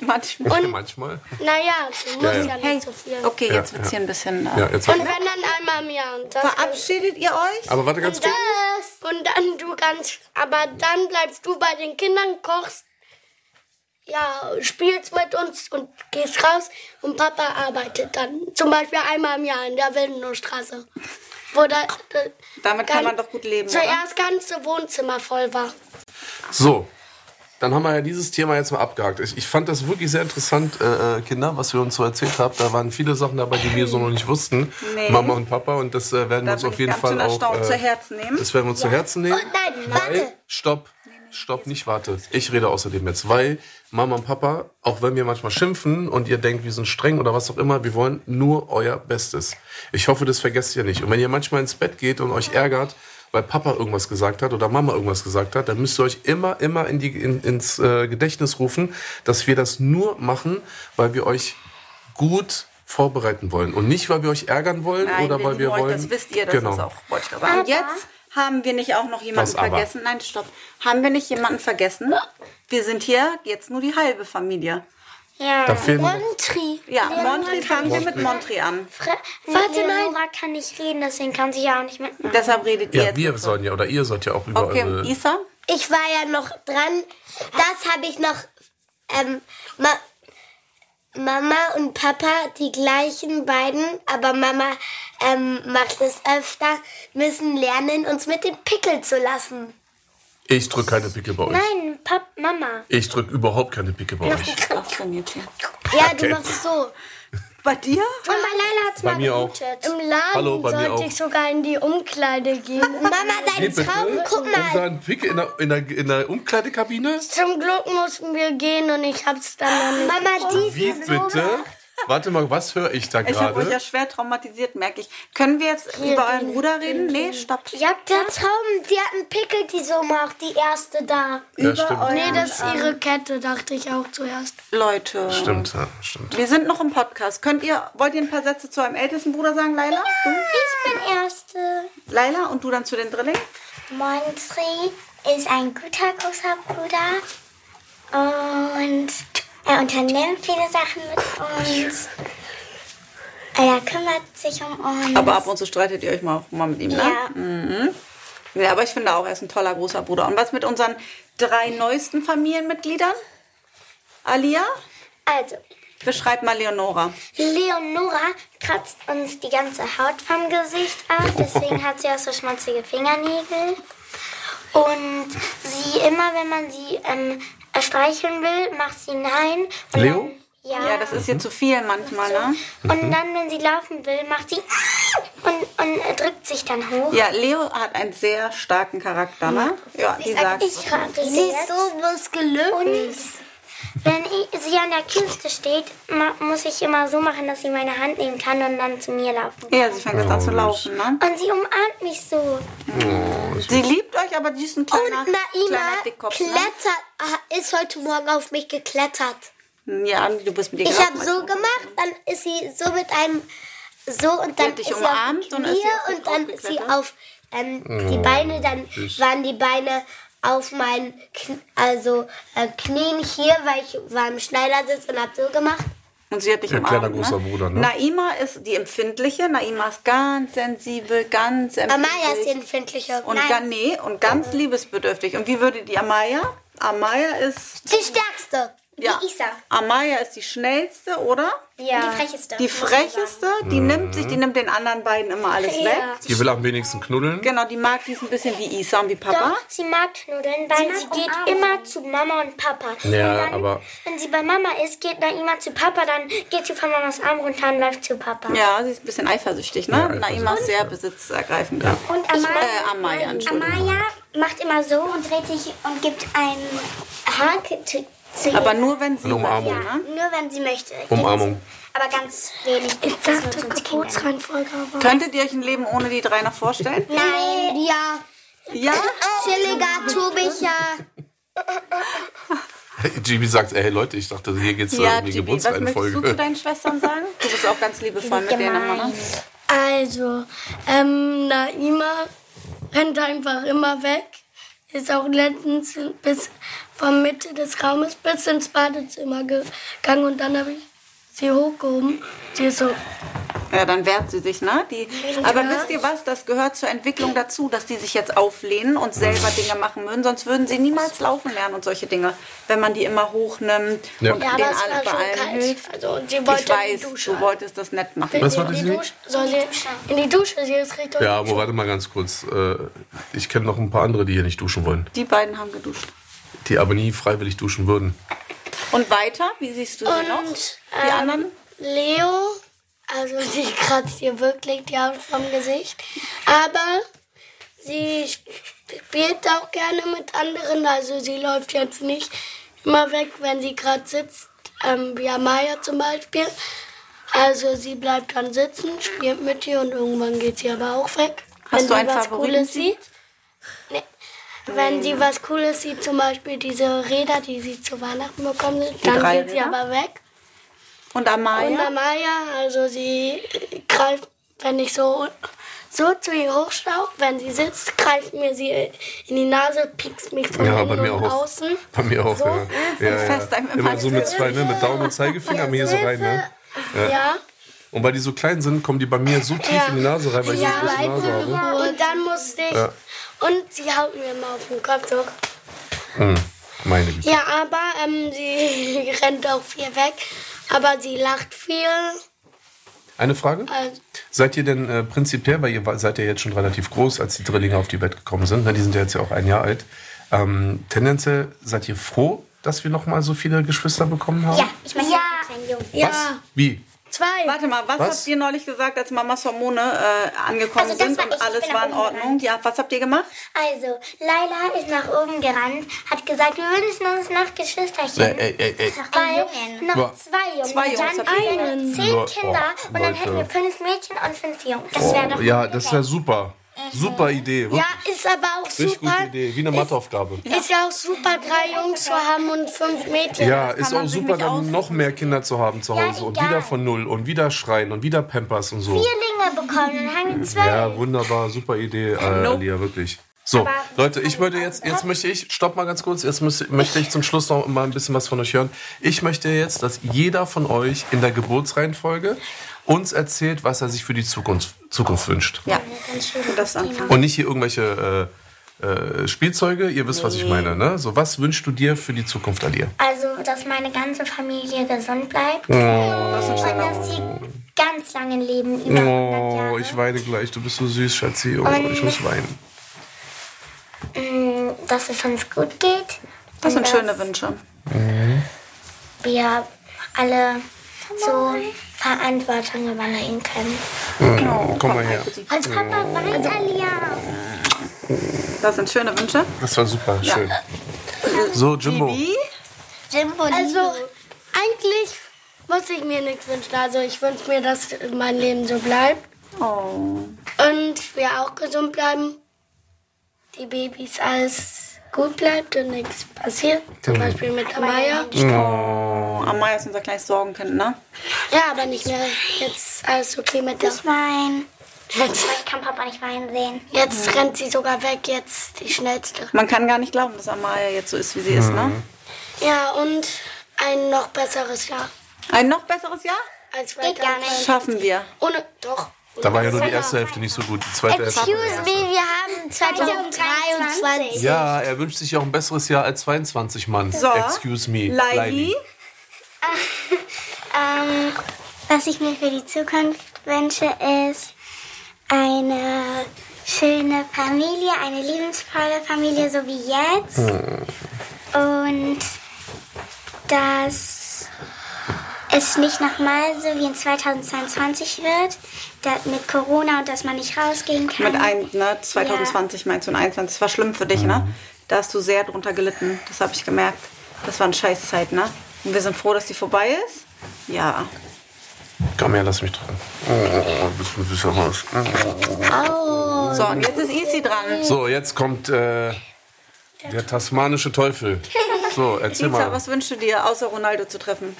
Manchmal.
Manchmal.
Naja, du musst
ja.
ja, nicht so viel.
Okay,
Ja,
jetzt wird's hier ein bisschen. Äh,
Ja, jetzt.
Und wenn dann einmal im Jahr. Und das
Verabschiedet ihr euch?
Aber warte ganz kurz.
Das. Und dann du ganz, aber dann bleibst du bei den Kindern, kochst, ja, spielst mit uns und gehst raus und Papa arbeitet dann. Zum Beispiel einmal im Jahr in der Wildenowstraße. Wo da, da,
Damit kann man doch gut leben, oder?
Zuerst ganze Wohnzimmer voll war.
So, dann haben wir ja dieses Thema jetzt mal abgehakt. Ich, ich fand das wirklich sehr interessant, äh, äh, Kinder, was wir uns so erzählt haben. Da waren viele Sachen dabei, die wir so noch nicht wussten.
Nee.
Mama und Papa. Und das äh, werden
Da
wir uns
bin
auf
ich
jeden
ganz
Fall
schön
auch. äh,
erstaunt. Zu Herzen nehmen?
Das werden wir uns zu Herzen nehmen.
Und Oh nein,
weil,
warte.
Stopp. Stopp, nicht warte. Ich rede außerdem jetzt, weil Mama und Papa, auch wenn wir manchmal schimpfen und ihr denkt, wir sind streng oder was auch immer, wir wollen nur euer Bestes. Ich hoffe, das vergesst ihr nicht. Und wenn ihr manchmal ins Bett geht und euch ärgert, weil Papa irgendwas gesagt hat oder Mama irgendwas gesagt hat, dann müsst ihr euch immer, immer in die, in, ins äh, Gedächtnis rufen, dass wir das nur machen, weil wir euch gut vorbereiten wollen und nicht, weil wir euch ärgern wollen
Nein,
oder weil
lieben
wir
euch,
wollen.
Das wisst ihr, das
genau.
ist auch, wollte ich gerade sagen. Und jetzt haben wir nicht auch noch jemanden
Was aber?
vergessen? Nein, stopp. Haben wir nicht jemanden vergessen? Wir sind hier jetzt nur die halbe Familie.
Ja.
Da fehlen
Montri.
Ja, Montri, fangen wir mit Montri an.
Warte, nein. Nora kann nicht reden, deswegen kann sie ja auch nicht mitmachen.
Deshalb redet ihr
Ja,
jetzt.
wir
nicht so.
sollen ja, oder ihr sollt ja auch über
Okay,
eure...
und Isa?
Ich war ja noch dran. Das habe ich noch. Ähm, Ma Mama und Papa, die gleichen beiden, aber Mama ähm, macht es öfter, müssen lernen, uns mit dem Pickel zu lassen.
Ich drück keine Pickel bei euch.
Nein, Pap Mama.
Ich drück überhaupt keine Pickel bei euch.
Was machst du denn jetzt hier?
Ja, du machst es so.
Bei dir?
Und bei Leila hat's
Bei
mal
mir auch.
geblutet.
Im Laden
Hallo, bei mir
sollte
auch.
ich sogar in die Umkleide gehen.
Mama, deine Trauben, guck
Und
mal.
dann Pickel in der, in der, in der Umkleidekabine?
Zum Glück mussten wir gehen und ich hab's dann noch nicht.
Mama, die
Wie bitte? Warte mal, was höre ich da
Ich habe euch ja
gerade?
schwer traumatisiert, merke ich. Können wir jetzt über euren Bruder reden? Nee, stopp.
Ja, der Traum, die hat einen Pickel, die Summe, auch die erste da.
Ja, stimmt.
Nee, das ist ihre Kette, dachte ich auch zuerst.
Leute.
Stimmt, ja, stimmt.
Wir sind noch im Podcast. Könnt ihr, wollt ihr ein paar Sätze zu eurem ältesten Bruder sagen, Laila? Du?
Ich bin erste.
Laila und du dann zu den Drillingen?
Montri,
ist ein guter großer Bruder und er unternimmt viele Sachen mit uns. Er kümmert sich um uns.
Aber ab und zu streitet ihr euch mal, auch mal mit ihm, ne?
Ja.
Mhm. Ja, aber ich finde auch, er ist ein toller großer Bruder. Und was mit unseren drei neuesten Familienmitgliedern? Alia?
Also,
Beschreib mal Leonora.
Leonora kratzt uns die ganze Haut vom Gesicht ab, deswegen hat sie auch so schmutzige Fingernägel. Und sie immer, wenn man sie ähm, streicheln will, macht sie nein. Und
Leo?
Dann, ja.
Ja, das ist ihr zu viel manchmal, ne?
und dann, wenn sie laufen will, macht sie und, und äh, drückt sich dann hoch.
Ja, Leo hat einen sehr starken Charakter, ne? Ja, die sagt.
Ich rate sie ist so muskulös. Und wenn ich, sie an der Küste steht, ma- muss ich immer so machen, dass sie meine Hand nehmen kann und dann zu mir laufen kann.
Ja, sie fängt jetzt an zu laufen, ne?
Und sie umarmt mich so.
Sie liebt euch, aber die ist ein kleiner,
Und Naima
kleiner Dickkopf, ne?
klettert, ah, ist heute Morgen auf mich geklettert.
Ja, du bist mit ihr
Ich habe
gelaufen.
so gemacht, dann ist sie so mit einem so und dann
hat dich
ist
umarmt
sie auf
und
die
ist sie
Knie
auf dich
und dann
draufgeklettert?
ist sie auf ähm, die Beine, dann waren die Beine auf meinen Kn also äh, Knien hier, weil ich war im Schneidersitz und habe so gemacht.
Und sie hat dich
Ihr
umarmt.
kleiner großer
ne?
Bruder, ne?
Naima ist die empfindliche. Naima ist ganz sensibel, ganz empfindlich.
Amaya ist die empfindliche.
und,
Nein,
ga- nee, und ganz liebesbedürftig. Und wie würde die Amaya? Amaya ist.
die stärkste.
Ja,
Die Isa.
Amaya ist die schnellste, oder?
Ja. Die frecheste.
Die frecheste, die
Mhm.
nimmt sich, die nimmt den anderen beiden immer alles weg.
Die will am wenigsten knuddeln.
Genau, die mag die ist ein bisschen wie Isa und wie Papa.
Sie mag Nudeln, weil sie, geht immer zu Mama und Papa. und
Ja,
dann,
aber
wenn sie bei Mama ist, geht Naima zu Papa, dann geht sie von Mamas Arm runter und läuft zu Papa.
Ja, sie ist ein bisschen eifersüchtig, ne?
Ja, eifersüchtig,
Naima ist sehr besitzergreifend. Ja.
Und Amaya,
Äh, Amaya, Entschuldigung.
Amaya macht immer so und dreht sich und gibt einen Haken zu, zu ihr.
Aber nur wenn sie
Eine
mag,
Umarmung.
ne?
Nur wenn sie möchte.
Umarmung.
Aber ganz wenig. Ich dachte,
Geburtsreihenfolge, aber
Könntet ihr euch ein Leben ohne die drei noch vorstellen?
Nein. Ja.
Ja?
Oh.
Chilliger, tobiger.
Gibi sagt, ey Leute, ich dachte, hier geht's
Ja,
um die
Gibi, was möchtest du zu
Geburtsreihenfolge.
deinen Schwestern sagen? Du bist auch ganz liebevoll mit denen immer, ne?
Also, ähm, Naima rennt einfach immer weg. Ist auch letztens bis von Mitte des Raumes bis ins Badezimmer gegangen und dann habe ich sie hochgehoben. Sie ist so,
Ja, dann wehrt sie sich, ne? Die, aber wisst ihr was? Das gehört zur Entwicklung dazu, dass die sich jetzt auflehnen und selber Dinge machen würden. Sonst würden sie niemals laufen lernen und solche Dinge. Wenn man die immer hochnimmt
Ja.
und
ja,
denen
das war
alle bei
schon
allen
kalt.
hilft.
Also, und sie wollte
Ich weiß,
in die Dusche.
du wolltest das nett machen.
Was
in
wollte
die
sie?
Dusche. Soll sie in die Dusche? Sie ist richtig.
Ja, aber warte mal ganz kurz. Äh, Ich kenne noch ein paar andere, die hier nicht duschen wollen.
Die beiden haben geduscht.
Die aber nie freiwillig duschen würden.
Und weiter? Wie siehst du sie noch?
Und, ähm,
Die anderen?
Leo, also sie kratzt ihr wirklich die Haut vom Gesicht. Aber sie spielt auch gerne mit anderen. Also sie läuft jetzt nicht immer weg, wenn sie gerade sitzt. Ähm, wie Amaya zum Beispiel. Also sie bleibt dann sitzen, spielt mit ihr und irgendwann geht sie aber auch weg.
Hast
wenn
du
sie
einen
was
Favoriten?
Cooles sieht. Nee. Wenn sie was Cooles sieht, zum Beispiel diese Räder, die sie zu Weihnachten bekommen, dann
drei
geht sie
Räder?
aber weg.
Und Amaya?
Und Amaya, also sie äh, greift, wenn ich so, so zu ihr hochschaue, wenn sie sitzt, greift mir sie äh, in die Nase, piekst mich von
Ja, bei
innen
mir
und
auch.
außen. ne,
Bei mir auch, ja. ja, ja.
fest einem im
Immer so mit
Hals.
zwei, ne? Mit Daumen und Zeigefinger mir hier so rein, ne?
Ja.
Und weil die so klein sind, kommen die bei mir so tief in die Nase rein, weil ich eine große Nase ne? habe.
Und dann musste ich. Und sie haut mir immer auf den Kopf so.
Hm, Meine Güte.
Ja, aber ähm, sie rennt auch viel weg. Aber sie lacht viel.
Eine Frage?
Also,
Seid ihr denn äh, prinzipiell, weil ihr wa- seid ja jetzt schon relativ groß, als die Drillinge auf die Welt gekommen sind, ne? die sind ja jetzt ja auch ein Jahr alt, ähm, tendenziell seid ihr froh, dass wir nochmal so viele Geschwister bekommen haben?
Ja, ich möchte ja. einen kleinen Jungen.
Was? Wie?
zwei.
Warte mal, was,
Was?
habt ihr neulich gesagt, als Mamas Hormone äh, angekommen
Also das
sind
war
und
ich, ich
alles
bin
war
nach
in
oben
Ordnung? Ja, was habt ihr gemacht?
Also, Laila ist nach oben gerannt, hat gesagt, wir wünschen uns noch Geschwisterchen.
Äh, äh, äh, äh.
Weil
Jungen.
noch
Boah.
zwei Jungen,
Zwei Jungs
dann
habt ihr
wären zehn
Boah,
Kinder und dann
Leute.
hätten wir fünf Mädchen und fünf Jungs. Das wäre doch
Oh, ja, das ist ja super. Super Idee. Wirklich.
Mhm. Ja, ist aber auch
Richtig
super.
gute Idee. Wie eine Matheaufgabe.
Ist ja auch super, drei Jungs zu haben und fünf Mädchen.
Ja,
kann
ist
man
auch
sich
super,
nicht
dann
aussuchen.
noch mehr Kinder zu haben zu Hause. und
egal.
wieder von Null und wieder schreien und wieder Pampers und so.
Zwillinge bekommen, dann haben wir zwölf.
Ja, wunderbar, super Idee, äh, Alia, wirklich. So, Leute, ich würde jetzt, jetzt möchte ich, stopp mal ganz kurz, jetzt müß, möchte ich zum Schluss noch mal ein bisschen was von euch hören. Ich möchte jetzt, dass jeder von euch in der Geburtsreihenfolge uns erzählt, was er sich für die Zukunft, Zukunft wünscht.
Ja, das anfangen.
Und nicht hier irgendwelche äh, äh, Spielzeuge, ihr wisst, was ich meine, ne? So, was wünschst du dir für die Zukunft an dir?
Also, dass meine ganze Familie gesund
Oh.
bleibt. Und dass sie ganz lange leben, über 100
Oh,
Jahre.
ich weine gleich, du bist so süß, Schatzi. Oh, ich muss weinen.
Mm, dass es uns gut geht.
Das sind
und
schöne Wünsche.
Dass wir alle so Verantwortung übernehmen können. Also
Oh, komm mal her.
Und Papa,
Oh.
weiter, Lia.
Das sind schöne Wünsche.
Das war super, schön. So, Jimbo.
Bibi?
Also, eigentlich muss ich mir nichts wünschen. Also, ich wünsche mir, dass mein Leben so bleibt
Oh.
und wir auch gesund bleiben. Die Babys alles gut bleibt und nichts passiert. Zum Beispiel mit Amaya.
oh. Amaya ist unser kleines Sorgenkind, ne?
Ja, aber nicht mehr. Jetzt alles okay mit der.
Ich weine.
Jetzt,
Ich kann Papa nicht weinen sehen.
jetzt rennt sie sogar weg. Jetzt die schnellste.
Man kann gar nicht glauben, dass Amaya jetzt so ist, wie sie ist, ne?
Ja, und ein noch besseres Jahr
Ein noch besseres Jahr?
als
gar nicht.
2020.
Schaffen wir.
Ohne, doch.
Da war ja nur die erste Hälfte nicht so gut, die zweite Hälfte.
Excuse me, wir haben um 2023.
Ja, er wünscht sich auch ein besseres Jahr als 22 Mann.
So.
Excuse me.
Leili?
Ähm, was ich mir für die Zukunft wünsche, ist eine schöne Familie, eine lebensvolle Familie, so wie jetzt. Und dass es nicht nochmal so wie in 2022 wird, da- mit Corona und dass man nicht rausgehen kann.
Mit ein, ne? 2020 meinst du und 21. Das war schlimm für dich, ne? Da hast du sehr drunter gelitten. Das habe ich gemerkt. Das war eine Scheißzeit, ne? Und wir sind froh, dass die vorbei ist. Ja.
Komm her, lass mich dran. Oh, bist ein süßer Haus.
Oh.
So, und jetzt ist Isi dran.
So, jetzt kommt äh, der tasmanische Teufel. So, erzähl
Isa,
mal.
was wünschst du dir, außer Ronaldo zu treffen?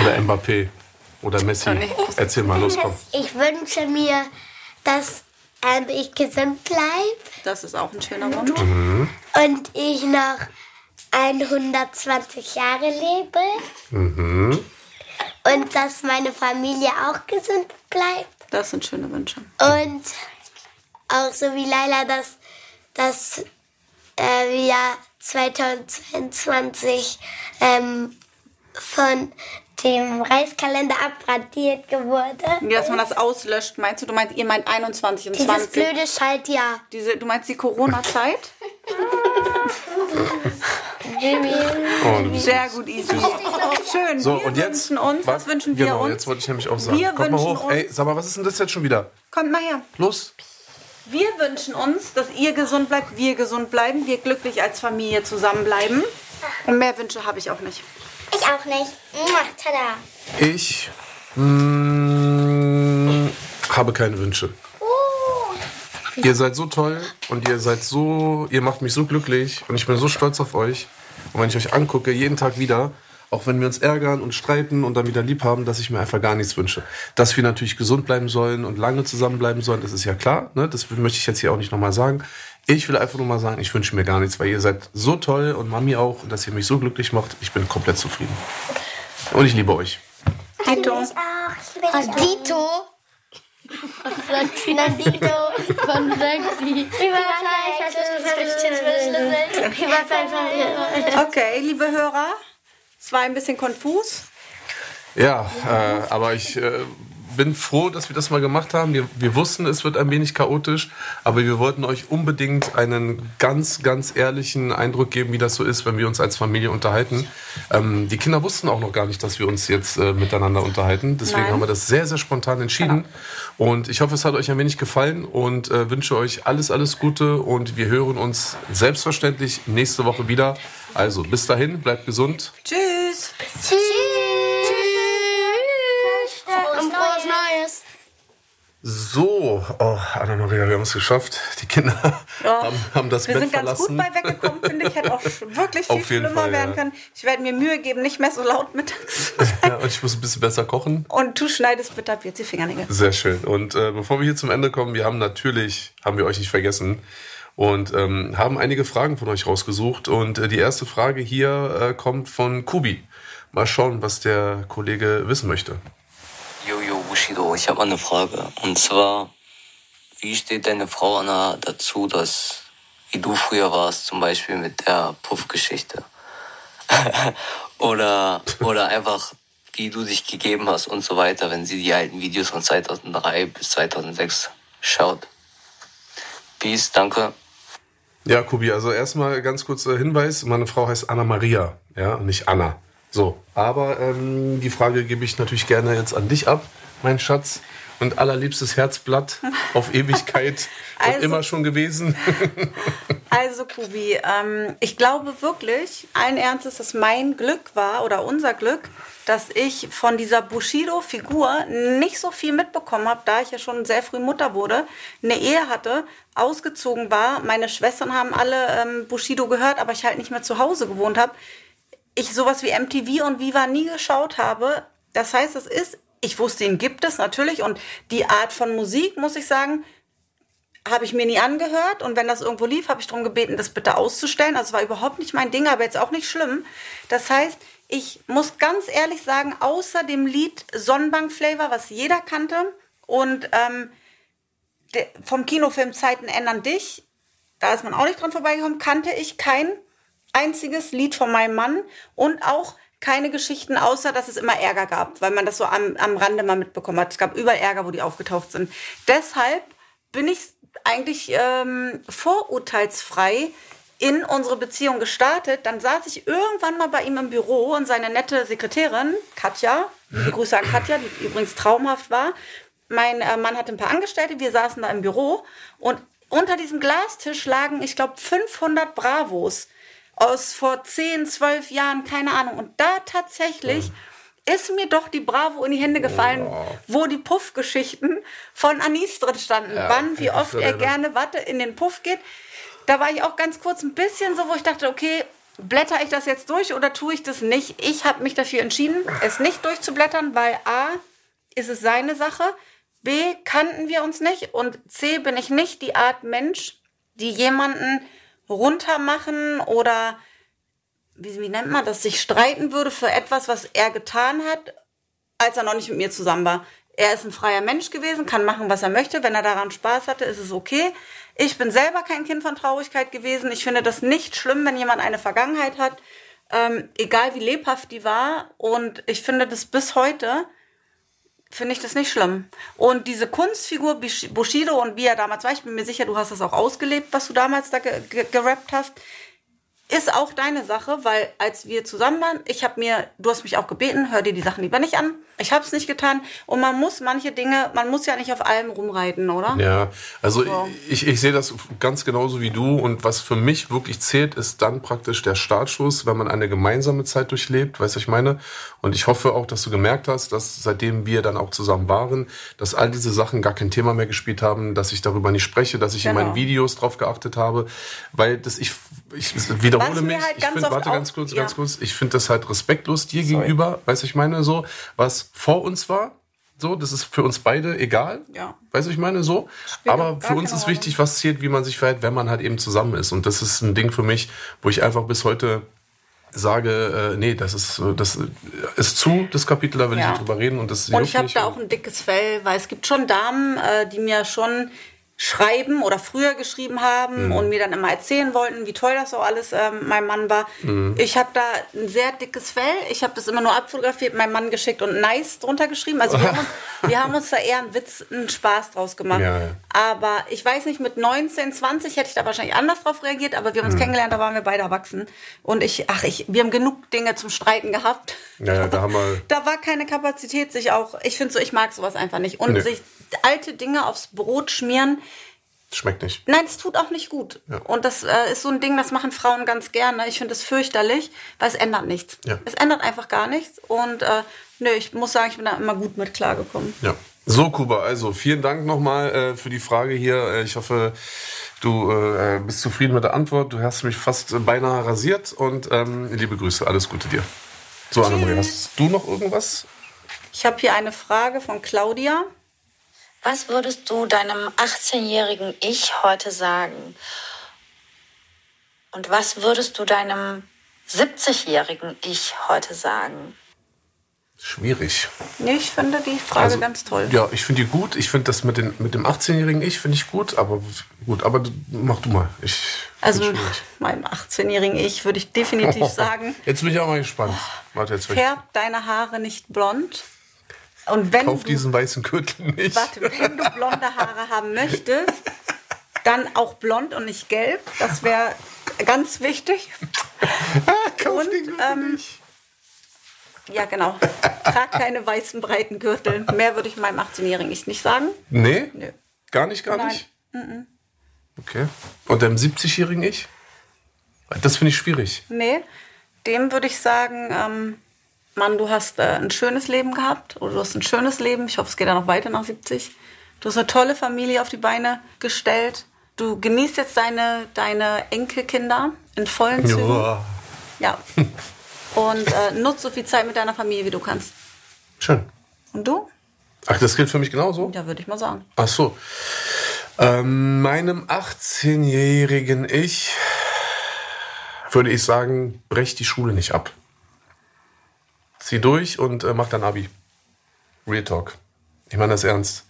Oder Mbappé. Oder Messi. Erzähl mal, los, komm.
Ich wünsche mir, dass ähm, ich gesund bleibe
Das ist auch ein schöner Wunsch.
Mhm.
und ich noch 120 Jahre lebe. Und dass meine Familie auch gesund bleibt.
Das sind schöne Wünsche.
Und auch so wie Laila, dass, dass äh, wir 2022 ähm, von dem Reiskalender abradiert wurde.
Dass man das auslöscht, meinst du? Du meinst, ihr meint 21 und
Dieses
20.
blöde Schaltjahr.
Diese, du meinst die Corona-Zeit?
Oh, du bist
Sehr gut, Isi. Schön.
so,
wir
und jetzt.
wünschen uns, was wünschen wir
genau,
uns?
jetzt wollte ich nämlich auch sagen.
Wir
Kommt mal
wünschen
hoch. Ey,
uns-
sag mal, was ist denn das jetzt schon wieder?
Kommt mal her.
Los.
Wir wünschen uns, dass ihr gesund bleibt, wir gesund bleiben, wir glücklich als Familie zusammenbleiben. Und mehr Wünsche habe ich auch nicht.
Ich auch nicht. Mua, tada.
Ich mm, habe keine Wünsche. Ihr seid so toll und ihr seid so, ihr macht mich so glücklich und ich bin so stolz auf euch. Und wenn ich euch angucke, jeden Tag wieder, auch wenn wir uns ärgern und streiten und dann wieder lieb haben, dass ich mir einfach gar nichts wünsche. Dass wir natürlich gesund bleiben sollen und lange zusammenbleiben sollen, das ist ja klar. Ne? Das möchte ich jetzt hier auch nicht nochmal sagen. Ich will einfach nur mal sagen, ich wünsche mir gar nichts, weil ihr seid so toll und Mami auch und dass ihr mich so glücklich macht. Ich bin komplett zufrieden. Und ich liebe euch.
Dito,
Ach, ich will dich auch.
Dito. Nandito von Sexy.
Okay, liebe Hörer, es war ein bisschen konfus.
Ja, äh, aber ich äh, bin froh, dass wir das mal gemacht haben. Wir, wir wussten, es wird ein wenig chaotisch, aber wir wollten euch unbedingt einen ganz, ganz ehrlichen Eindruck geben, wie das so ist, wenn wir uns als Familie unterhalten. Ähm, die Kinder wussten auch noch gar nicht, dass wir uns jetzt äh, miteinander unterhalten. Deswegen
Nein.
haben wir das sehr, sehr spontan entschieden. Und ich hoffe, es hat euch ein wenig gefallen und äh, wünsche euch alles, alles Gute. Und wir hören uns selbstverständlich nächste Woche wieder. Also bis dahin, bleibt gesund.
Tschüss.
Und frohes Neues.
So, oh, Anna-Maria, wir haben es geschafft. Die Kinder haben, haben das
Oh, Wir
Bett
sind ganz gut
verlassen.
bei weggekommen, finde ich. Hätte auch sch- wirklich viel
Auf jeden
schlimmer
Fall,
werden
ja.
können. Ich werde mir Mühe geben, nicht mehr so laut mittags zu sein.
ja, und ich muss ein bisschen besser kochen.
Und du schneidest bitte ab jetzt die Fingernägel.
Sehr schön. Und äh, bevor wir hier zum Ende kommen, wir haben natürlich, haben wir euch nicht vergessen, und ähm, haben einige Fragen von euch rausgesucht. Und äh, die erste Frage hier äh, kommt von Kubi. Mal schauen, was der Kollege wissen möchte.
Jojo Bushido, ich habe eine Frage. Und zwar, wie steht deine Frau Anna dazu, dass, wie du früher warst, zum Beispiel mit der Puff-Geschichte? oder, oder einfach, wie du dich gegeben hast und so weiter, wenn sie die alten Videos von 2003 bis 2006 schaut. Peace, danke.
Ja, Kubi, also erstmal ganz kurzer Hinweis. Meine Frau heißt Anna-Maria, ja, und nicht Anna. So, aber ähm, die Frage gebe ich natürlich gerne jetzt an dich ab, mein Schatz. Und allerliebstes Herzblatt auf Ewigkeit und
Also-
immer schon gewesen.
Also Kubi, ähm, ich glaube wirklich, allen Ernstes, dass mein Glück war oder unser Glück, dass ich von dieser Bushido-Figur nicht so viel mitbekommen habe, da ich ja schon sehr früh Mutter wurde, eine Ehe hatte, ausgezogen war. Meine Schwestern haben alle ähm, Bushido gehört, aber ich halt nicht mehr zu Hause gewohnt habe. Ich sowas wie MTV und Viva nie geschaut habe. Das heißt, es ist, ich wusste, ihn gibt es natürlich und die Art von Musik, muss ich sagen, habe ich mir nie angehört und wenn das irgendwo lief, habe ich darum gebeten, das bitte auszustellen. Also es war überhaupt nicht mein Ding, aber jetzt auch nicht schlimm. Das heißt, ich muss ganz ehrlich sagen, außer dem Lied Sonnenbank Flavor, was jeder kannte und ähm, de- vom Kinofilm Zeiten ändern dich, da ist man auch nicht dran vorbeigekommen, kannte ich kein einziges Lied von meinem Mann und auch keine Geschichten, außer dass es immer Ärger gab, weil man das so am, am Rande mal mitbekommen hat. Es gab überall Ärger, wo die aufgetaucht sind. Deshalb bin ich eigentlich ähm, vorurteilsfrei in unsere Beziehung gestartet. Dann saß ich irgendwann mal bei ihm im Büro und seine nette Sekretärin, Katja, liebe Grüße an Katja, die übrigens traumhaft war, mein äh, Mann hatte ein paar Angestellte, wir saßen da im Büro und unter diesem Glastisch lagen, ich glaube, 500 Bravos aus vor 10, 12 Jahren, keine Ahnung. Und da tatsächlich ist mir doch die Bravo in die Hände gefallen, wo die Puff-Geschichten von Anis drin standen. Wann, wie
kann ich
oft
mich
er
erinnern.
gerne Watte in den Puff geht. Da war ich auch ganz kurz ein bisschen so, wo ich dachte, okay, blätter ich das jetzt durch oder tue ich das nicht? Ich habe mich dafür entschieden, es nicht durchzublättern, weil A, ist es seine Sache. B, kannten wir uns nicht. Und C, bin ich nicht die Art Mensch, die jemanden runtermachen oder, wie, wie nennt man das, sich streiten würde für etwas, was er getan hat, als er noch nicht mit mir zusammen war. Er ist ein freier Mensch gewesen, kann machen, was er möchte. Wenn er daran Spaß hatte, ist es okay. Ich bin selber kein Kind von Traurigkeit gewesen. Ich finde das nicht schlimm, wenn jemand eine Vergangenheit hat, ähm, egal wie lebhaft die war. Und ich finde das bis heute, finde ich das nicht schlimm. Und diese Kunstfigur Bish- Bushido und wie er damals war, ich bin mir sicher, du hast das auch ausgelebt, was du damals da ge ge gerappt hast, ist auch deine Sache, weil als wir zusammen waren, ich habe mir, du hast mich auch gebeten, hör dir die Sachen lieber nicht an. Ich habe es nicht getan. Und man muss manche Dinge, man muss ja nicht auf allem rumreiten, oder?
Ja, also ich, ich sehe das ganz genauso wie du. Und was für mich wirklich zählt, ist dann praktisch der Startschuss, wenn man eine gemeinsame Zeit durchlebt, weißt du, was ich meine? Und ich hoffe auch, dass du gemerkt hast, dass seitdem wir dann auch zusammen waren, dass all diese Sachen gar kein Thema mehr gespielt haben, dass ich darüber nicht spreche, dass ich in
Genau.
meinen Videos drauf geachtet habe, weil das ich, ich es wiederhole
Was mir
mich.
halt
ich
ganz
finde,
oft
warte
auf-
ganz kurz,
ja.
ganz kurz kurz, ich finde das halt respektlos dir gegenüber, weißt du, ich meine so, was vor uns war, so, das ist für uns beide egal,
Ja.
weißt du, ich meine so, aber
gar
für uns
keine
ist wichtig, was zählt, wie man sich verhält, wenn man halt eben zusammen ist und das ist ein Ding für mich, wo ich einfach bis heute sage, äh, nee, das ist, äh, das ist zu, das Kapitel, da will ich
Ja.
nicht drüber reden und das
Und
juckt
ich habe
mich
da auch ein dickes Fell, weil es gibt schon Damen, äh, die mir schon schreiben oder früher geschrieben haben
Mhm.
und mir dann immer erzählen wollten, wie toll das so alles ähm, mein Mann war.
Mhm.
Ich habe da ein sehr dickes Fell. Ich habe das immer nur abfotografiert, meinem Mann geschickt und nice drunter geschrieben. Also wir haben, uns, wir haben uns da eher einen Witz, einen Spaß draus gemacht.
Ja, ja.
Aber ich weiß nicht, mit 19, 20 hätte ich da wahrscheinlich anders drauf reagiert, aber
Mhm.
wir haben uns kennengelernt, da waren wir beide erwachsen. Und ich, ach, ich, wir haben genug Dinge zum Streiten gehabt.
Ja, ja, da haben wir-
Da war keine Kapazität, sich auch. Ich finde so, ich mag sowas einfach nicht. Und
Nee.
sich alte Dinge aufs Brot schmieren,
schmeckt nicht.
nein, das tut auch nicht gut. Und das äh, ist so ein Ding, das machen Frauen ganz gerne. Ich finde es fürchterlich, weil es ändert nichts.
Ja.
Es ändert einfach gar nichts. Und äh, nö, ich muss sagen, ich bin da immer gut mit klargekommen.
Ja. So, Kuba, also vielen Dank nochmal äh, für die Frage hier. Äh, Ich hoffe, du äh, bist zufrieden mit der Antwort. Du hast mich fast äh, beinahe rasiert und ähm, liebe Grüße, alles Gute dir. So, Annemarie, hast du noch irgendwas?
Ich habe hier eine Frage von Claudia.
Was würdest du deinem 18-jährigen Ich heute sagen? Und was würdest du deinem 70-jährigen Ich heute sagen?
Schwierig.
Nee, ich finde die Frage
Also,
ganz toll.
Ja, ich finde die gut. Ich finde das mit, den, mit dem 18-jährigen Ich finde ich gut, aber gut, aber d- mach du mal. Ich
Also
find's schwierig.
meinem 18-jährigen Ich würde ich definitiv sagen, oh,
Jetzt bin ich auch mal gespannt. Warte, jetzt werd
färb deine Haare nicht blond. Und wenn
ich kauf
du,
diesen weißen Gürtel nicht.
warte, wenn du blonde Haare haben möchtest, dann auch blond und nicht gelb. Das wäre ganz wichtig.
kauf
und,
den Gürtel
ähm,
nicht.
Ja, genau. Trag keine weißen, breiten Gürtel. Mehr würde ich meinem 18-jährigen Ich nicht sagen.
Nee?
nö.
Gar nicht, gar
Nein.
nicht? Okay. Und deinem 70-jährigen Ich? Das finde ich schwierig.
Nee, dem würde ich sagen, ähm, Mann, du hast äh, ein schönes Leben gehabt oder du hast ein schönes Leben. Ich hoffe, es geht ja noch weiter nach 70. Du hast eine tolle Familie auf die Beine gestellt. Du genießt jetzt deine, deine Enkelkinder in vollen Zügen.
Ja.
Ja. Und äh, nutzt so viel Zeit mit deiner Familie, wie du kannst.
Schön.
Und du?
Ach, das gilt für mich genauso?
Ja, würde ich mal sagen.
Ach so. Ähm, meinem 18-jährigen Ich würde ich sagen, brech die Schule nicht ab. Zieh durch und äh, mach dein Abi. Real Talk. Ich meine das ernst.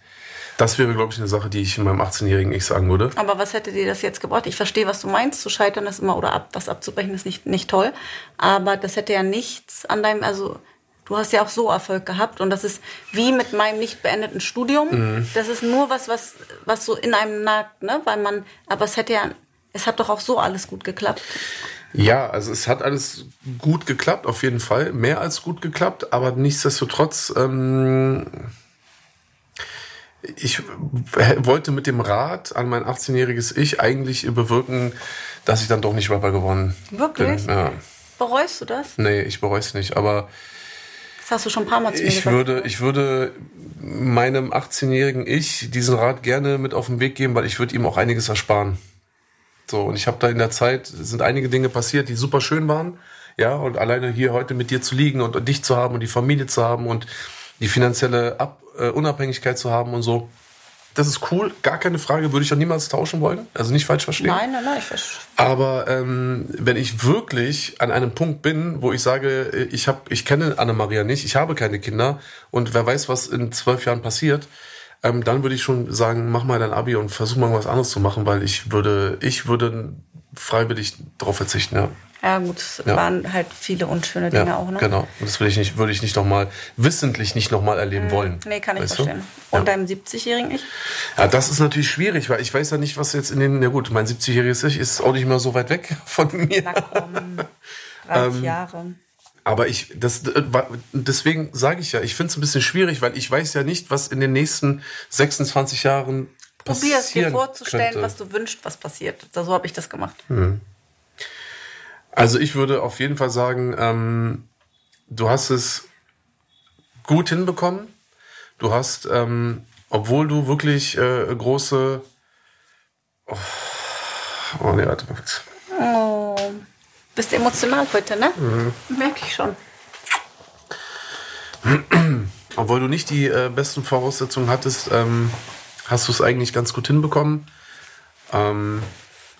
Das wäre, glaube ich, eine Sache, die ich meinem 18-jährigen Ich sagen würde.
Aber was hätte dir das jetzt gebracht? Ich verstehe, was du meinst. Zu scheitern ist immer oder ab, was abzubrechen ist nicht, nicht toll. Aber das hätte ja nichts an deinem, also du hast ja auch so Erfolg gehabt und das ist wie mit meinem nicht beendeten Studium.
Mhm.
Das ist nur was, was, was so in einem nagt, ne? Weil man, aber es hätte ja, es hat doch auch so alles gut geklappt.
Ja, also es hat alles gut geklappt, auf jeden Fall. Mehr als gut geklappt, aber nichtsdestotrotz, ähm, ich w- wollte mit dem Rat an mein 18-jähriges Ich eigentlich bewirken, dass ich dann doch nicht Rapper geworden
Wirklich?
bin. Ja.
Bereust du das?
Nee, ich bereue es nicht, aber
Das hast du schon ein paar Mal zu mir
ich
gesagt.
würde, ich würde meinem 18-jährigen Ich diesen Rat gerne mit auf den Weg geben, weil ich würde ihm auch einiges ersparen. So, und ich habe da in der Zeit, es sind einige Dinge passiert, die super schön waren. Ja, und alleine hier heute mit dir zu liegen und, und dich zu haben und die Familie zu haben und die finanzielle Ab äh, Unabhängigkeit zu haben und so. Das ist cool, gar keine Frage, würde ich auch niemals tauschen wollen. Also nicht falsch verstehen.
Nein, nein, nein, ich verstehe.
Aber ähm, wenn ich wirklich an einem Punkt bin, wo ich sage, äh, ich, hab, ich kenne Annemaria nicht, ich habe keine Kinder und wer weiß, was in zwölf Jahren passiert, ähm, dann würde ich schon sagen, mach mal dein Abi und versuch mal was anderes zu machen, weil ich würde, ich würde freiwillig darauf verzichten. Ja,
Ja, gut, es
Ja.
waren halt viele unschöne
ja
Dinge auch, ne?
genau. Und das will ich nicht, würde ich nicht nochmal, wissentlich nicht nochmal erleben wollen.
Mhm. Nee, kann ich
Weißt du?
verstehen.
Ja.
Und deinem 70-jährigen Ich?
Ja, das ist natürlich schwierig, weil ich weiß ja nicht, was jetzt in den. Na gut, mein 70-jähriges Ich ist auch nicht mehr so weit weg von mir.
Na komm, 30
Ähm,
Jahre.
Aber ich, das, äh, wa- deswegen sage ich ja, ich finde es ein bisschen schwierig, weil ich weiß ja nicht, was in den nächsten 26 Jahren
Probier
passieren
es dir vorzustellen,
könnte.
was du wünschst, was passiert. So habe ich das gemacht.
Also ich würde auf jeden Fall sagen, ähm, du hast es gut hinbekommen. Du hast, ähm, obwohl du wirklich äh, große... Oh, oh nee, warte mal. kurz.
Oh, bist emotional heute, ne?
Mhm.
Merke ich schon.
Obwohl du nicht die äh, besten Voraussetzungen hattest, ähm, hast du es eigentlich ganz gut hinbekommen. Ähm,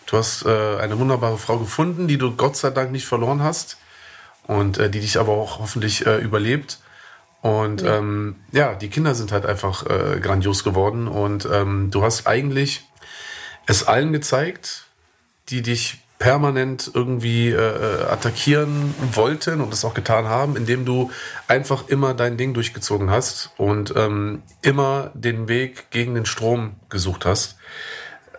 du hast äh, eine wunderbare Frau gefunden, die du Gott sei Dank nicht verloren hast und äh, die dich aber auch hoffentlich äh, überlebt. Und ähm, ja, die Kinder sind halt einfach äh, grandios geworden und ähm, du hast eigentlich es allen gezeigt, die dich permanent irgendwie äh, äh, attackieren wollten und es auch getan haben, indem du einfach immer dein Ding durchgezogen hast und ähm, immer den Weg gegen den Strom gesucht hast.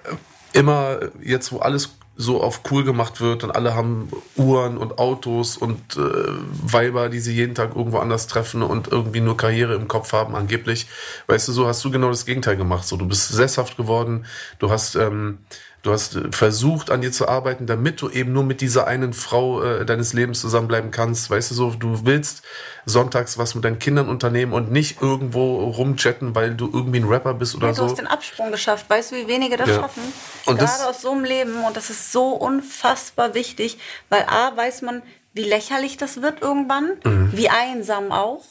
Äh, Immer jetzt, wo alles so auf cool gemacht wird und alle haben Uhren und Autos und äh, Weiber, die sie jeden Tag irgendwo anders treffen und irgendwie nur Karriere im Kopf haben, angeblich. Weißt du, so hast du genau das Gegenteil gemacht. So, du bist sesshaft geworden, du hast ähm, Du hast äh, versucht, an dir zu arbeiten, damit du eben nur mit dieser einen Frau äh, deines Lebens zusammenbleiben kannst. Weißt du so, du willst sonntags was mit deinen Kindern unternehmen und nicht irgendwo rumchatten, weil du irgendwie ein Rapper bist oder
Hey, du
so.
hast den Absprung geschafft. Weißt du, wie wenige das
Also Ja.
schaffen?
Und
Gerade
das-
aus so einem Leben. Und das ist so unfassbar wichtig, weil A, weiß man, wie lächerlich das wird irgendwann,
Mhm.
wie einsam auch.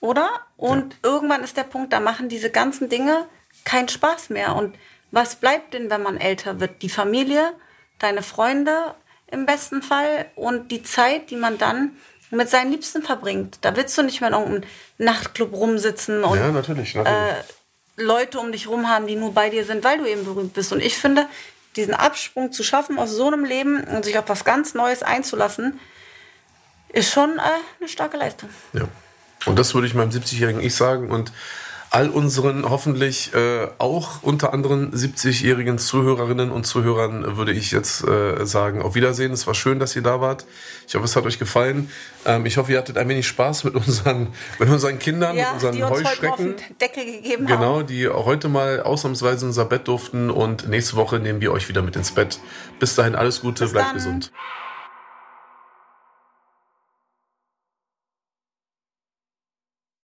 Oder? Und irgendwann ist der Punkt, da machen diese ganzen Dinge keinen Spaß mehr. Und was bleibt denn, wenn man älter wird? Die Familie, deine Freunde im besten Fall und die Zeit, die man dann mit seinen Liebsten verbringt. Da willst du nicht mehr in irgendeinem Nachtclub rumsitzen und äh,
Ja, natürlich. natürlich.
Leute um dich rum haben, die nur bei dir sind, weil du eben berühmt bist. Und ich finde, diesen Absprung zu schaffen aus so einem Leben und sich auf was ganz Neues einzulassen, ist schon äh, eine starke Leistung.
Ja. Und das würde ich meinem 70-jährigen Ich sagen und all unseren hoffentlich äh, auch unter anderem 70-jährigen Zuhörerinnen und Zuhörern äh, würde ich jetzt äh, sagen, auf Wiedersehen. Es war schön, dass ihr da wart. Ich hoffe, es hat euch gefallen. Ähm, ich hoffe, ihr hattet ein wenig Spaß mit unseren, mit unseren Kindern,
Ja,
mit unseren
die uns heute mal auf
Heuschrecken.
den Deckel gegeben haben.
Genau, die heute mal ausnahmsweise in unser Bett durften und nächste Woche nehmen wir euch wieder mit ins Bett. Bis dahin alles Gute, bleibt
dann.
gesund.